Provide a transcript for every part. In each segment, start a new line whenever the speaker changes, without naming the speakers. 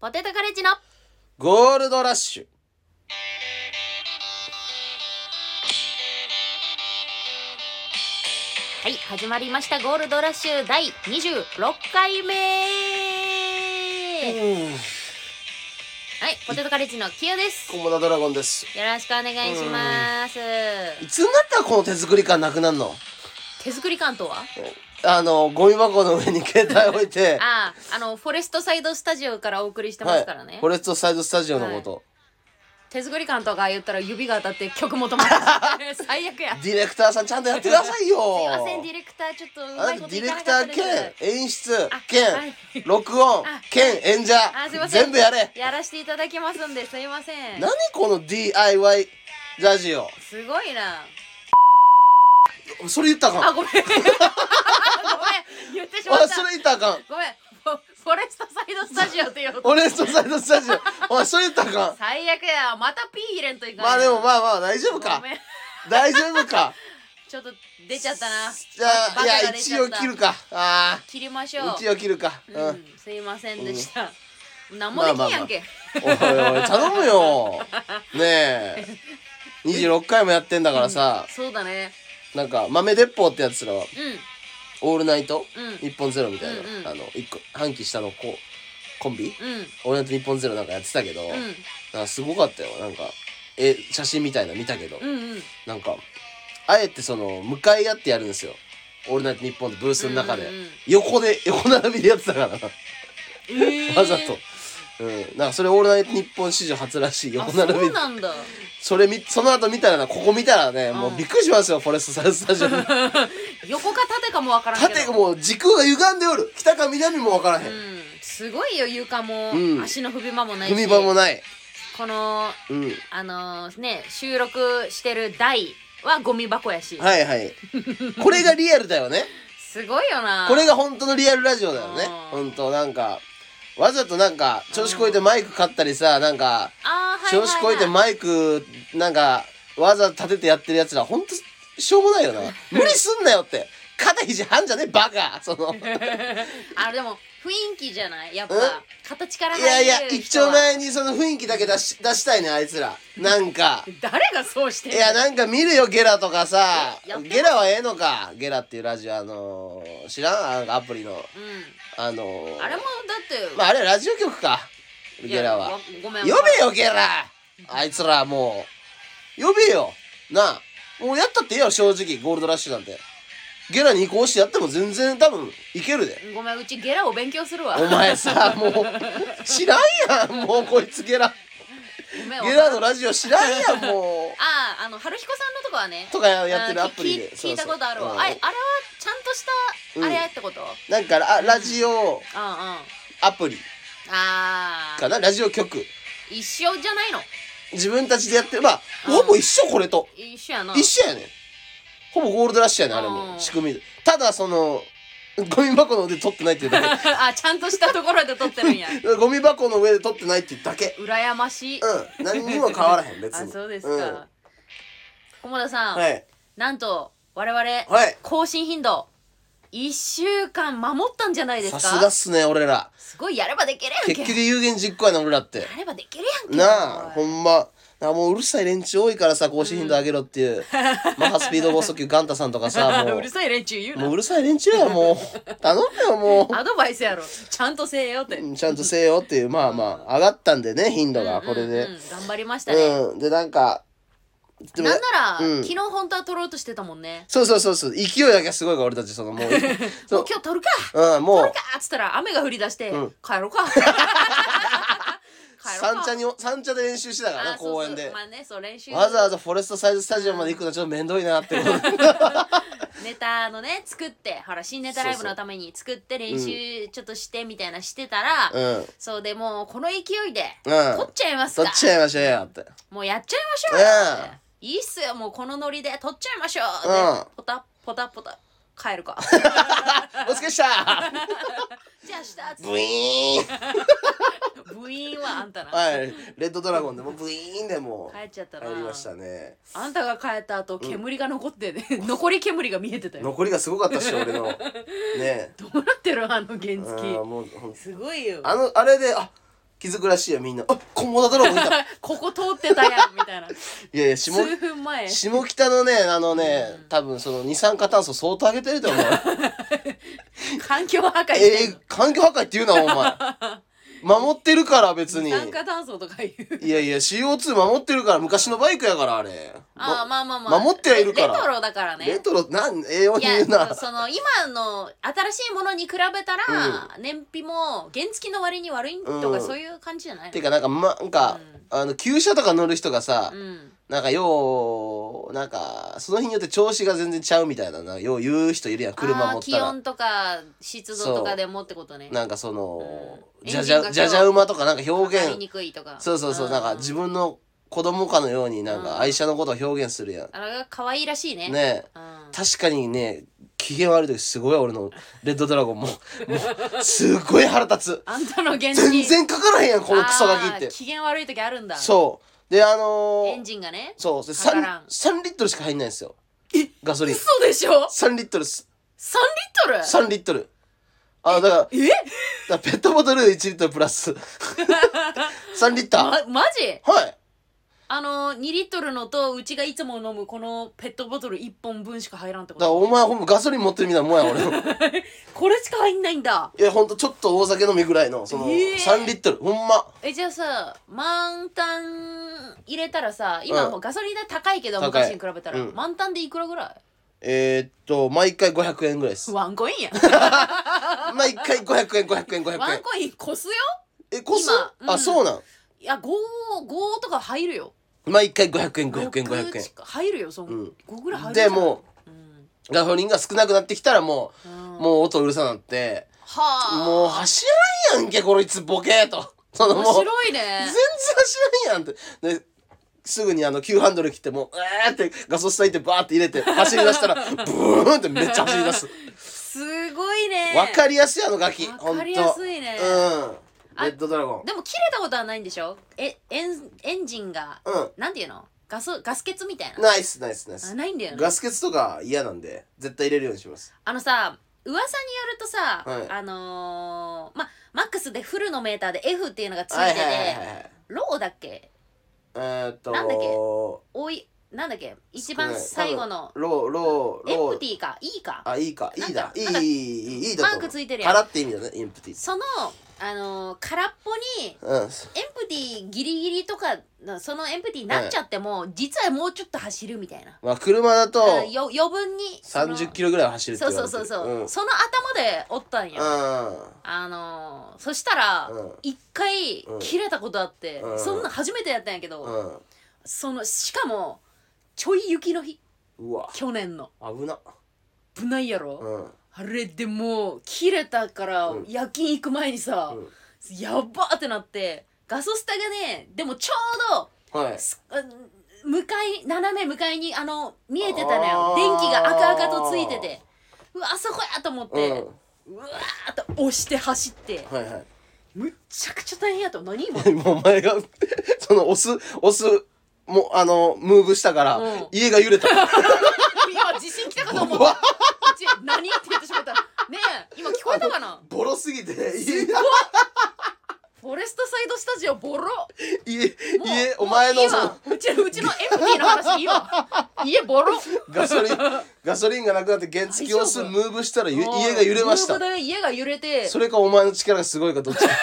ポテトカレッジの
ゴールドラッシュ
はい始まりましたゴールドラッシュ第26回目はいポテトカレッジのキヨです
コモダドラゴンです
よろしくお願いします
いつになったらこの手作り感なくなるの
手作り感とは
あのゴミ箱の上に携帯置い て
あああのフォレストサイドスタジオからお送りしてますからね、
フォレストサイドスタジオのこと、
手作り感とか言ったら指が当たって曲も止まる最悪やすい
ディレクターさんちゃんとやってくださいよ
ませんディレクターちょっとう
あ
まい
な
こ
た
と
デ
い
ィレ
かな
ク
か
タ
った
ー
です
兼演出
あはい
兼録音
あ
兼演者
あすいません
全部やれ
やらせていただきますんですいません
何この DIY ラジオ
すごいな
それ言ったらあか
あ
ん
ごめん ごめん言ってしまっ
あ
た
それ言ったらあかん
ごめんフォフォレストサイドスタジオって言おう
フォレストサイドスタジオあそれ言ったらあかん
最悪やまたピー入れんといかん
まあでも
あ
まあまあ大丈夫か
ごめん
大丈夫か
ちょっと出ちゃったな
じゃあ
バカ
いや
が出ち
一
ゃっ
応
た
切るかあ
切りましょう
あ一応切るかうん、
うん、すいませんでした、なんもできんやんけ、
おいおい頼 むよねえ26回もやってんだからさ
そうだね
なんか豆鉄砲ってやつらは
う
オールナイト、
うん
日本ゼロみたいな、
うんうん
あの一個半期下のこコン
ん
ビ、
うん
オールナイト日本ゼロなんかやってたけど、
う
なん
ん
かすごかったよなんかえ写真みたいなの見たけど、
うんうん
なんかあえてその向かい合ってやるんですよオールナイト日本のブースの中で、
うんうんうん
横で横並びでやってたからな
えー
わざと。うん、なんかそれオールナイト日本史上初らしい
あ
横
そ
並び
う
そ
なんだ
れ見その後見たらなここ見たらね、も
うん
うびっくりしますよフォレストサイドスタジオ
横か縦かもわからんけど
縦がもう時空が歪んでおる北か南も分からへ、
うんんすごいよ床も、
うん
足の踏み場もないし
踏み場もない、
この
うん、
あのーね収録してる台はゴミ箱やし、
はいはいこれがリアルだよね
すごいよな
これが本当のリアルラジオだよね
う
本当なんかわざとなんか調子こいてマイク買ったりさなんか
あーはいはい、は
調
い、
子こいてマイクなんかわざと立ててやってるやつらほんとしょうも ないよな無理すんなよって肩肘はんじゃねえバカ その
あでも雰囲気じゃないやっぱ
うん
形から
いやい
入
や
る
一
人は
丁前にその雰囲気だけ出し出したいねあいつらなんか
誰がそうして
い
んの
やなんか見るよゲラとかさ
えやってます
ゲラはええのかゲラっていうラジオあのー知らんあなんかアプリの
う
あのー
んあれもだって、
まああれラジオ局か
いや
ゲラは
ごごめん
呼べよゲラあいつらもう呼べよなあもうやったっていいよ正直ゴールドラッシュなんてゲラに移行してやっても全然多分いけるで
ごめんうちゲラを勉強するわ
お前さもう知らんやんもうこいつゲラ
ごめん
ゲラのラジオ知らんやんも
あああの春彦さんのとこはね
うとかやってる
あ
ア
ー
プリで
聞聞いたことあるわ
そうそう
あれあれはちゃんとしたあれってこと、うん、うん
なんかララジオ
あ
アプリ
あ
かなラジオ局
一緒じゃないの
自分たちでやってるまあほぼ一緒これと
一緒やな
一緒やねんほぼゴールドラッシュやねんあれ
う
も
ん
仕組みただそのゴミ箱の上で取ってないっていうだ
あちゃんとしたところで撮ってるんや
けゴミ箱の上で取ってないっていうだけ
羨ましい、
うん何にも変わらへん別
あ
に
そうですか、菰田
う
さ
ん
ん、
はい
なんと我々、
はい
更新頻度1週間守ったんじゃないですか
さすがっすね俺ら
す ごいやればできるやんけ
結局有言実行やな俺らって
やればできるやんけ
なあ
お
ほ
い
んまなもううるさい連中多いからさ更新頻度上げろっていう、マハスピード高 速球ガンタさんとかさも
うる
う
さい連中言うな
もううるさい連中やもう頼むよもう
アドバイスやろちゃんとせえよって、
うんちゃんとせよっていうまあまあ上がったんでね頻度がこれ
うんうん
で
うん頑張りましたね、
うんでなんかでも
なんなら、
うん
昨日本当は撮ろうとしてたもんね
そうそうそうそう勢いだけはすごいから俺たち そのもう
も
そう
今日撮るか
ううん
撮
も
る
う
かっつったら雨が降り出して、
うん
帰ろう か帰ろうか
三茶に三茶で練習してたからな
あそう
公
そう
園で
まあねそう練習
わざわざフォレストサイズスタジオまで行くのちょっと面倒いなってこと
ネタのね作ってほら新ネタライブのために作って練習ちょっとしてみたいなしてたら、
うんうん
そうでもうこの勢いで撮っちゃいます
取
か
っちゃいましょうよ って
もうやっちゃいましょうよって
うん
いいっすよもうこのノリで撮っちゃいましょう、
うん
でポタポタポタ帰 るか
お疲れっし
じ
た
ゃあ明日
ブイーン
部員はあんたな、
はいレッドドラゴンでもブイーンでもう
帰っちゃったな
入りましたね
あんたが帰った後煙が残ってね、残り煙が見えてたよ
残りがすごかったっし 俺のねえ
どうなってるあの原付
うんもうほん
すごいよ
あのあれであ気づくらしいよみんなあ駒田太郎もいた
ここ通ってたやんみたいない
やいや 下
数分前
下北のねあのね、
うん
多分その二酸化炭素相当上げてると思う
環境破壊して
え
んの
ー、環境破壊って言うなお 前守ってるから別
二
に
酸化炭素とかいう
いやいや CO2 守ってるから昔のバイクやからあれ
ああ
ま
まあまあまあ
守ってはいるから
レトロだからね
レトロなんええよ
い
うに言うな
やその今の新しいものに比べたら、燃費も原付の割に悪いとか、
うん
そういう感じじゃないの
てかなんかまなんか、あの旧車とか乗る人がさ、
うん
なんかようなんかその日によって調子が全然ちゃうみたいななよう言う人いるやん
あ
車持
ー
った
気
ら
温とか湿度とかでもってことね
なんかその、
うん
じゃじ
エンジンが今
ゃ
日
じゃじゃ馬とかなんか表
わかり
現
にくいとか
そうそうそう、なんか自
分
分の子供かのようになん
う
か
ん
愛車のことを表現するやん、
あれが可愛いらしいね
ねえ
うん、
確かにね機嫌悪い時すごい俺のレッドドラゴンももうすごい腹立つ
あんたの原付
全然かからへんやんこのクソガキって
あー機嫌悪い時あるんだ
そうであのー
エンジンがね
そうで
かからん
3, 3リットルしか入んないんですよ
え
ガソリン
嘘でしょ
3リットルす
3リットル
3リットルあだからだか
え
らペットボトル1リットルプ ラス3リッター、
ま、マジ
はい
あの2リットルのとうちがいつも飲むこのペットボトル1本分しか入らんってこ
だから
と
お前ほんまガソリン持ってるみたいなもんや俺
これしか入んないんだ
いやほんとちょっと大酒飲みぐらいのその
ええ
3リットル、ほんま
えじゃあさ満タン入れたらさ今
うん
もうガソリン代高いけど、
高い
昔に比べたら、
うん
満タンでいくらぐら
えー、っと毎回500円ぐらいです
いワンコ インや
毎回500円500円500
ワン
円
コインこすよ
えこす、
今うん
あそうなん
いや55とか入るよ
毎回500円500円500
6近入るよそん、
うん
5ぐらい入る
円
じゃ
で
ん
も
うん
うガソリンが少なくなってきたらも
う
う、
ん
もう音うるさなって
はあ
もう走らんやんけこいつボケーとそのもう
面白い
全然
ね
走らんやんってですぐにあの急ハンドル切ってもうえーってガソスタ行ってバーって入れて走り出したらブーンってめっちゃ走り出す
すごいね
わかりやすいあのガキほ
わ
ん
か
とうん
り
レ
やすいねあ
ッドドラゴン
でも切れたことはないんでしょえエンエンジンが
う
なんていうのガソガス欠みたい
ん
な
ナイスナイスナイ
あ
ス
ないんだよね
ガス欠とか嫌なんで絶対入れるようにします
あのさ噂によるとさ、
はい
あのー、まマックスでフルのメーターで F っていうのがつ
はいい
て
は
て、
いはいはい
ローだっけ
えーっと
なんだっけ
ロ
おいなんだっけ一番
少ない
最後の
ーロー
エ
ロ
ンプ
ー
ティか E か
あいいかい
なん
い
か
だいいい
なんか
いいいいいだと思
マーク
う
ついてるやん
空って意味だねインプティ
そのあのー空っぽに
うん
エンプティギリギリとかそのエンプティになっちゃっても、実はもうちょっと走るみたいな
まあ車だと
あよ余分にその
30キロぐらいは走るって
そう
言わ
そう
れて
そ
る
うそう、
うん
その頭でおったんや、あのー、そしたら
うん
一、回
うん
切れたことあって、
うん
そんなん初めてやったんやけど、
うんうん
そのしかもちょい雪の日
うわ
去年の
危な
危ないやろ、
うん
あれでもう切れたから
うん
夜勤行く前にさ、
うん
やっばーってなってガソスタがねでもちょうど
はい
すうん向かい斜め向かいにあの見えてたの
あ
よ
ー
電気が赤々とついててうわあそこやと思っ
う
て、
ん
うわーっと押して走って
はいは
むっちゃくちゃ大変やと何 今
いもうお前がその押す押すもうあのムーブしたから
うん
家が揺れた
今地震来たかと思っ
う
た
わ
うち何って言ってしまったねえ今聞こえたかな
ボロすぎて
す
家
ごいフォレストサイドスタジオボロ
家
もう
家
もう
お前
い
の
い
そ
わ
の
うちうちの MT の話いいわ家ボロ
ガソリンガソリンがなくなって原付を押す
大丈
ムーブしたらゆ
もう
家が揺れまし
ボ
た
ロボロ家が揺れて
それかお前の力がすごいかどっちか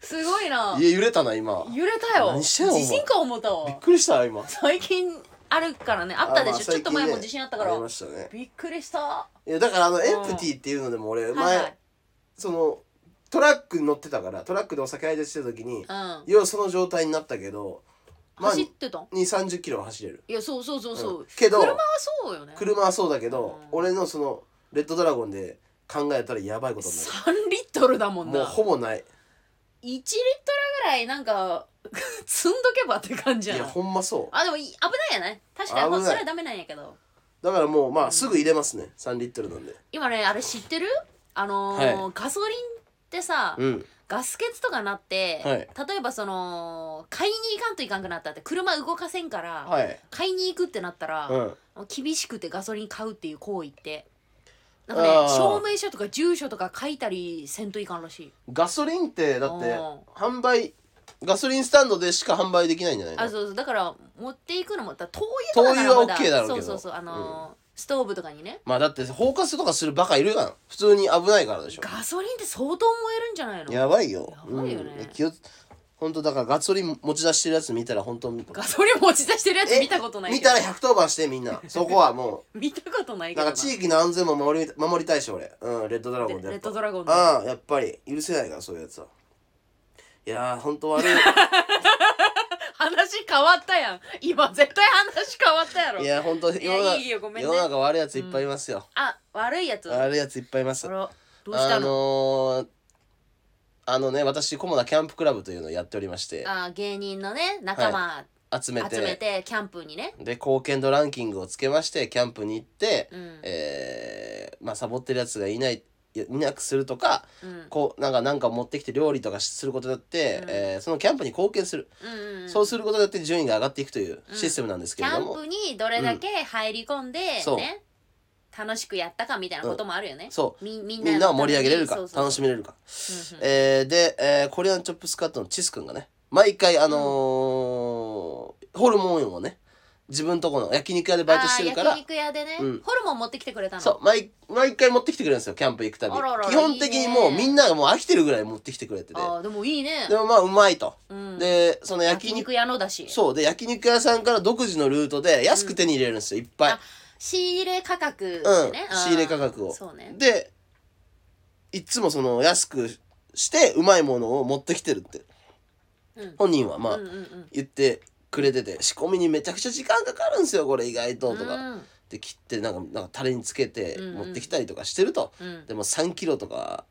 すごいな
家揺れたな今
揺れたよ
何
地
してんのお前
震か思った
びっ
わ
くりした今
最近あるからねあったでしょ
まあ
ちょっと前も地震あったか
最
ら
近ねありましたね
びっくりした
いやだからあのエンプティっていうのでも俺前、
はい
そのトラックに乗ってたからトラックでお酒配達してた時に
はいうん
要はその状態になったけどまあ
走ってたん
2 3 0キロは走れる
いやそうそうそうそう、
うんけど
車はそうよね
車はそうだけど、
うん
俺のそのレッドドラゴンで考えたらやばいことになる
3リットルだもんな
もうほぼな
1
い
リットルぐらいなんか 積んどけばって感
い
じや
や
な
ほんまそう
あでもい危ないよね確かにもう
危ない
それはダメなんやけど
だからもうまあすぐ入れますね3リットルなんで
今ねあれ知ってるあのー
は
ガソリンってさ、
うん
ガス欠とかなって、
はい
例えばその買いに行かんといかんくなったって車動かせんから、
はい
買いに行くってなったら
う、ん
厳しくてガソリン買うっていう行為ってなんかね
あー
証明書とか住所とか書いたりせんといかんらしい
ガソリンってだって
うん
販売ガソリンスタンドでしか販売できないんじゃないの
あそうそうだから持っていくのもだから灯油とかな
灯
らま
油は OK だろうけど
そうそうそうあのーストーブとかにね
まあだって放火するとかするバカいるやん普通に危ないからでしょ
ガソリンって相当燃えるんじゃないの
やばいよ
やばいよね
うん、気を本当だからガソリン持ち出してるやつ見たら本当見
ガソリン持ち出してるやつ見たことないけ
見
ど
たら110番してみ んなそこはも
見たことな
う
いけ
な
ど
ん
な
か地域の安全も守り守りたいし俺うんレッドドラゴンで
レッドドラゴンで
ああやっぱり許せないからそういうやつはいやー本当 悪い
話変わったやん今絶対話変わったやろ
いや本当世の
いや
中
いいよごめんね
世の中悪いやついっぱいいますよ、
あ悪いやつあら
悪いやついっぱいいます
どうし
あ
たの
のー、あのね私コモナキャンプクラブというのをやっておりまして
あ芸人のね仲間
集めて
集めてキャンプにね
で貢献度ランキングをつけましてキャンプに行って、
うん
えーまあ、サボってるやつがいないいやいなくするとか
うん
こうなんかなんか持ってきて料理とかすることによって、
うん
えーそのキャンプに貢献する、
うんうん
そうすることによって順位が上がっていくというシステムなんです
キ
けれ
ャ
ども、
ンプにどれだけ入り込んで
そう
ね楽しくやったかみたいなこともあるよね
そ
みみ
うんみ
なん
なを盛り上げれるか楽し
み
めれるかえーで、えーコリアンチョップスカットのチス君がね毎回あのーホルモンをね自分とこの焼肉屋でバイトしてるから
焼肉屋でね
うん
ホルモン持ってきてくれたの
そう毎毎回持ってきてくれるんですよキャンプ行くたび
あららら
基本的にもう
いいね
みんながもう飽きてるぐらい持ってきてくれてて
あーでもいいね
でもまあうまいと、
うん
でその
焼
焼肉
肉屋のだし
そうで焼肉屋さんから独自のルートで安く手に入れるんですよいっぱい
あ仕入れ価格でね
うん
あー
仕入れ価格を
そうね
でいっつもその安くしてうまいものを持ってきてるって
うん
本人はまあ、
うんうんうん
言ってくれてて仕込みにめちゃくちゃ時間かかるんですよこれ意外ととか、
うん
で切ってなんかなんかタレにつけて
うんう
持
ん
ってきたりとかしてると、
うん
でも3キロとか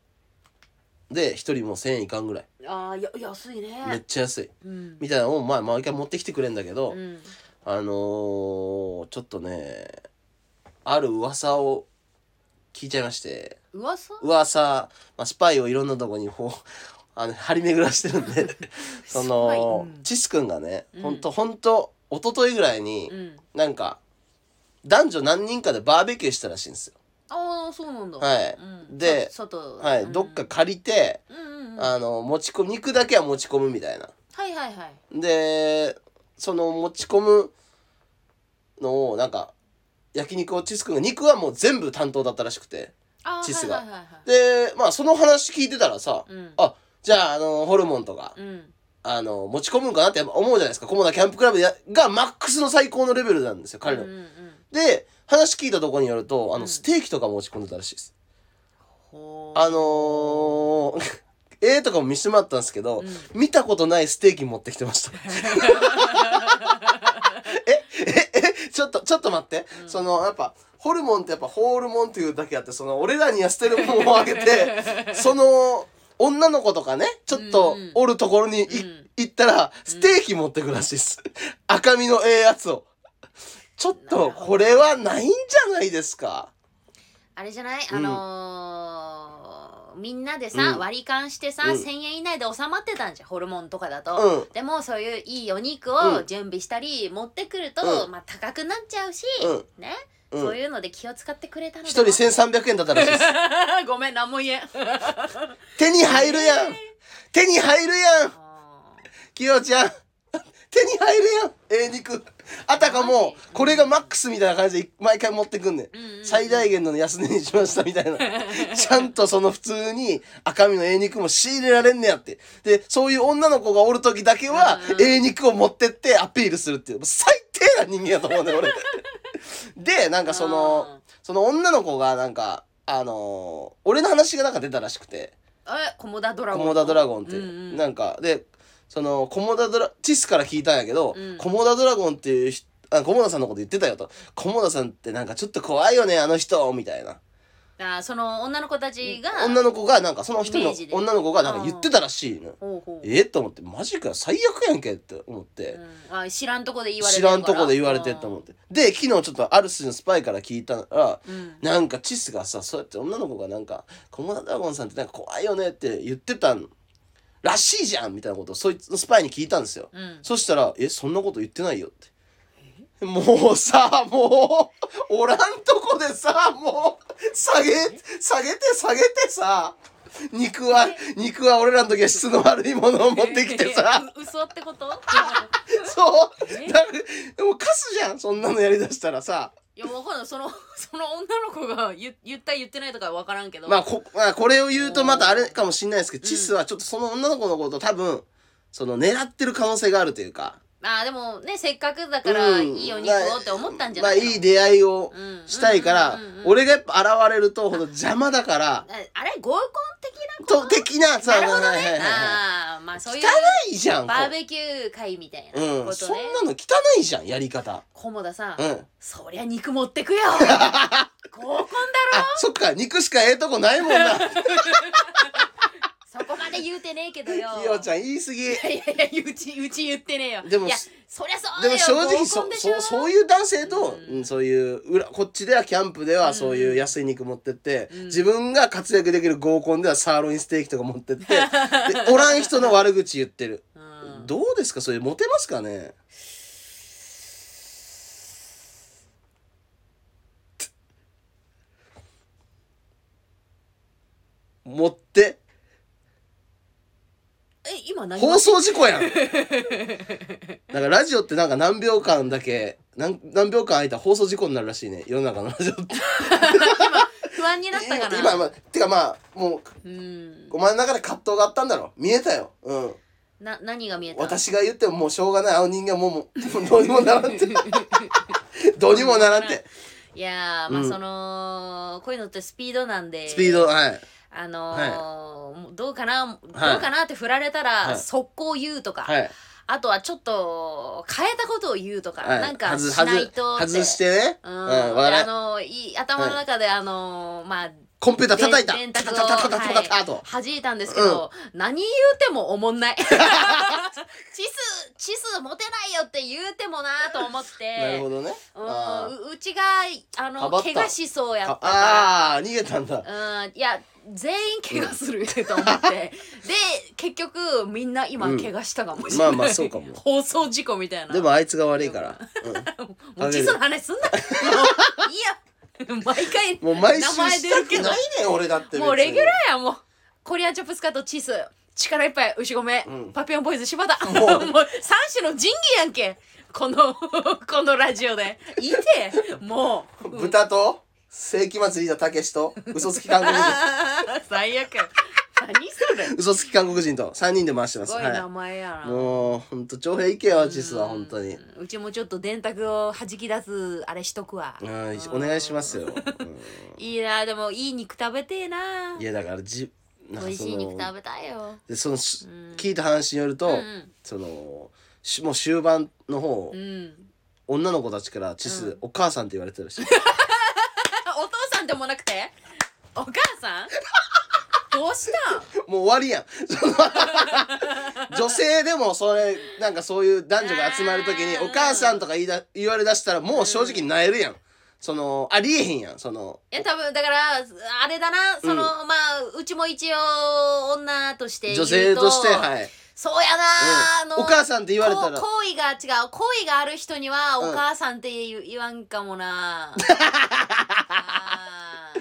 で1人もう1,000円いかんぐらい
ああや安い
めっ
ね
ちゃ安い
うん
みたいなのをまあ毎回持ってきてくれんだけど、
うん
あのー、ちょっとねある噂を聞いちゃいまして
噂
噂、まあ、スパイをいろんなとこにこう あの張り巡らしてるんで そ
スパイ
の、
うん
チス君がね
うん
ほんとほんと一昨日ぐらいに、
うん
なんか男女何人かでバーベキューしたらしいんですよ
ああそうなんだ
はい
うん
で
さ外
はい、
うん
どっか借りて、
うんうんうんは
あの持ち込む肉だけは持ち込むみたいない
はいはい
でその持ち込むのをなんか焼肉をチス君が肉はもう全部担当だったらしくて
ああ
チスが
はいはいはいはい
でまあその話聞いてたらさ、
うん
あじゃああのホルモンとか、
うん
あの持ち込むんかなってやっぱ思うじゃないですかコモダキャンプクラブやがマックスの最高のレベルなんですよ彼の、
うんうんうん
で話聞いたところによるとあ
う
の、
ん
ステーキとか持ち込んでたらしいです
ほー
あのー、 絵とかも見せてもらったんですけど、
う
見たことないステーキ持ってきてました。 えええちょっとちょっと待って、そのやっぱホルモンってやっぱホルモンっていうだけあってその俺らには捨てるものをあ げてその女の子とかねちょっと
うん
おるところにい
うん
行ったらステーキ持ってくらしいです、赤身のええやつをちょっとこれはないんじゃないですか
あれじゃない
うん
あのーみんなでさ、
うん
割り勘してさ、
うん
1,000円以内で収まってたんじゃんホルモンとかだと、
うん
でもそういういいお肉
う
を
ん
準備したり持ってくると、
う
まあ高くなっちゃうし、
うん
ね、
うん
そういうので気を使ってくれたの
一人1300円だったらしいです
ごめん何も言えん
手に入るやん手に入るやん
あ
キヨちゃん手に入るやんええ肉あたか
マ
も
ジ
これがマックスみたいな感じで毎回持ってくんねん、
んうん
最大限の安値にしましたみたいなちゃんとその普通に赤身のええ肉も仕入れられんねやってでそういう女の子がおる時だけは
うんうん
ええ肉を持ってってアピールするっていうもう最低な人間やと思うねん俺 でなんかそ
うん
のその女の子がなんかあのー俺の話がなんか出たらしくて
ーえコモダドラゴン
コモダドラゴンって、
うんうん
なんかでそのコモダドラチスから聞いたんやけど、
うん
コモダドラゴンっていう人あコモダさんのこと言ってたよとコモダさんってなんかちょっと怖いよねあの人みたいな
あーその女の子たちが
女の子がなんかその人
イメ
の
ージで
女の子がなんか言ってたらしいの
ほうほう
えっと思ってマジか最悪やんけって思って、
うん、あー知らんとこで言われてる
知
から
らんとこで言われてると思ってで昨日ちょっとある筋のスパイから聞いたら、
うん
なんかチスがさそうやって女の子がなんか「コモダドラゴンさんってなんか怖いよね」って言ってたんらしいじゃんみたいなことをそいつのスパイに聞いたんですよ、
うん
そしたら「えそんなこと言ってないよ」って「もうさ、もう、おらんとこでさ、もう、下げ、下げて下げてさ、肉は、肉は俺らの時は質の悪いものを持ってき てさ、
う嘘ってこと
そう、だでもカスじゃん、そんなのやりだしたらさ。
いやわかんないその その女の子が言言った言ってないとかわからんけど、
まあこ、まあ、これを言うとまたあれかもしんないですけど、チスはちょっとその女の子のことを多分、その狙ってる可能性があるというか。
まあでもねせっかくだから
うん
いいお肉をって思ったんじゃない
まあ、いい出会いをしたいから、
うんうんうんうん
俺がやっぱ現れると、ほど邪魔だから、
ああれ合コン的な こと
的なさ、
なるほどね、
はいはいは
あーまあそういう
いいいじゃん。こ
バーベキュー会みたいなことね、
うん、そんなの汚いじゃん、やり方。
菰田さん、
うん。
そりゃ肉持 ってくよ合コンだろ
あ、そっか、肉しかええとこないもん な。
そこまで言うてねえけどよ
ひよちゃん、言い過ぎ。
いやいやいやうちうち言ってねえよ
でも
いやそりゃそう
で
だ
も
よ
正直
合コ
そ
ンでしょ
そうそういう男性と、
うん
うんそういう裏こっちではキャンプではそういう安い肉持ってって、
うん
自分が活躍できる合コンではサーロインステーキとか持ってって でおらん人の悪口言ってる、
うん
どうですかそれモテます かね持って
え今何
放送事故やんなんかラジオってなんか何秒間だけ何何秒間空いたら放送事故になるらしいね世の中のラジオって
不安になったかな
今、まあ、てかまあもう
うん
お前の中で葛藤があったんだろ見えたようん
な何が見えた
私が言ってももうしょうがないあの人間はもうもうもうどうにもならんってどうにもならんって
いやーまあ
うん
その、こういうのってスピードなんで
スピードはい
あのーもうどうかな、どうかなって振られた
は
ら
い
速攻言うとか、
はい
あとはちょっと変えたことを言うとか、
はい
なんか
外
しないとって
外外してね
う
うんん、
であ
笑い
のいい頭の中で、あのーまあ
コンピューター叩いた
電電卓
タ
を
タタタタタタタと
はい、弾いたんですけど、何言うてもおもん ない地図地図持てないよって言うてもなと思っ
なるほ
て
どね
うん
あー
ううちがあ
か
の
ばった
怪我しそうやった
あ
から
あー逃げたんだ
うんいや全員怪我すると思って、で結局みんな今
うん
怪我したかもしれない、
まあまあそうかも
放送事故みたいな
でもあいつが悪いから、
もう地図の話 すんなもういいや毎回
うんもう毎週
名前出
した
る
くな
け
い
ど
ねん俺だって
もうレギュラ
ー
ーやもうコリアンチョップスカートチース力いっぱい牛米、
うん
パピオンボーイズ柴田も
も
う
う
三種の神器やんけこの このラジオでいてもう
豚と世紀末リーダーたけしと嘘つき 韓国人
最悪何そ れす
嘘つき韓国人と3人で回してます
ごい名
は
前や
い
な、
もうほんと長平行けよ実は本当に
うちもちょっと電卓を弾き出すあれしとくわ
うんお願いしますよ、
いいなでもいい肉食べてえな
うんいやだからじな
美
んか
味
そ
しい肉食
の
べたいよ
でそのし
うん
聞いた話によると、
うんうん
そのしもう終盤の方、
うん
女の子たちからチス、
うん
お母さんって言われてたらしい
あお父さんでもなくてお母 さんどうしたん
もう終わりやん。その 女性でもそれ、なんかそういう男女が集まるときに
あ、ー
お母さんとか言いだ言われだしたらもう正直なえるやん。その、ありえへんやん。その、
いや多分だからあれだなその、まあうちも一応女として言うと
女性として、はい。
そうやな、
うん
あの
お母さんって言われた
こ
ら、
う行為が違う行為がある人には
うん
お母さんって言,、言わんかも なあー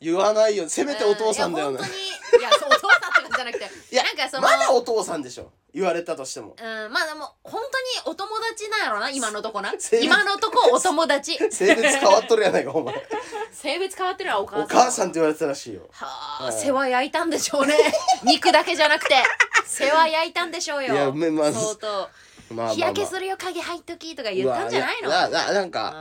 言わないよ。せめてお父さんだよ
いや
な
本。当にいやそうお父さんとかじゃなくて
いや
なんかその
まだお父さんでしょ。言われたとしても。
うん、まあでも本当にお友達なんやろな今のとこな
性別
今のとこお友達
性別変わっとるやないか、お前。
性別変わってるわお母さん
お母さんって言われてたらしいよ。
はあ、
はい
世話焼いたんでしょう ね肉だけじゃなくて世話焼いたんでしょうよ
いやめまあ
相当、
まあまあまあ
日焼けするよ影入っときとか言ったんじゃないの
うわやなななんか、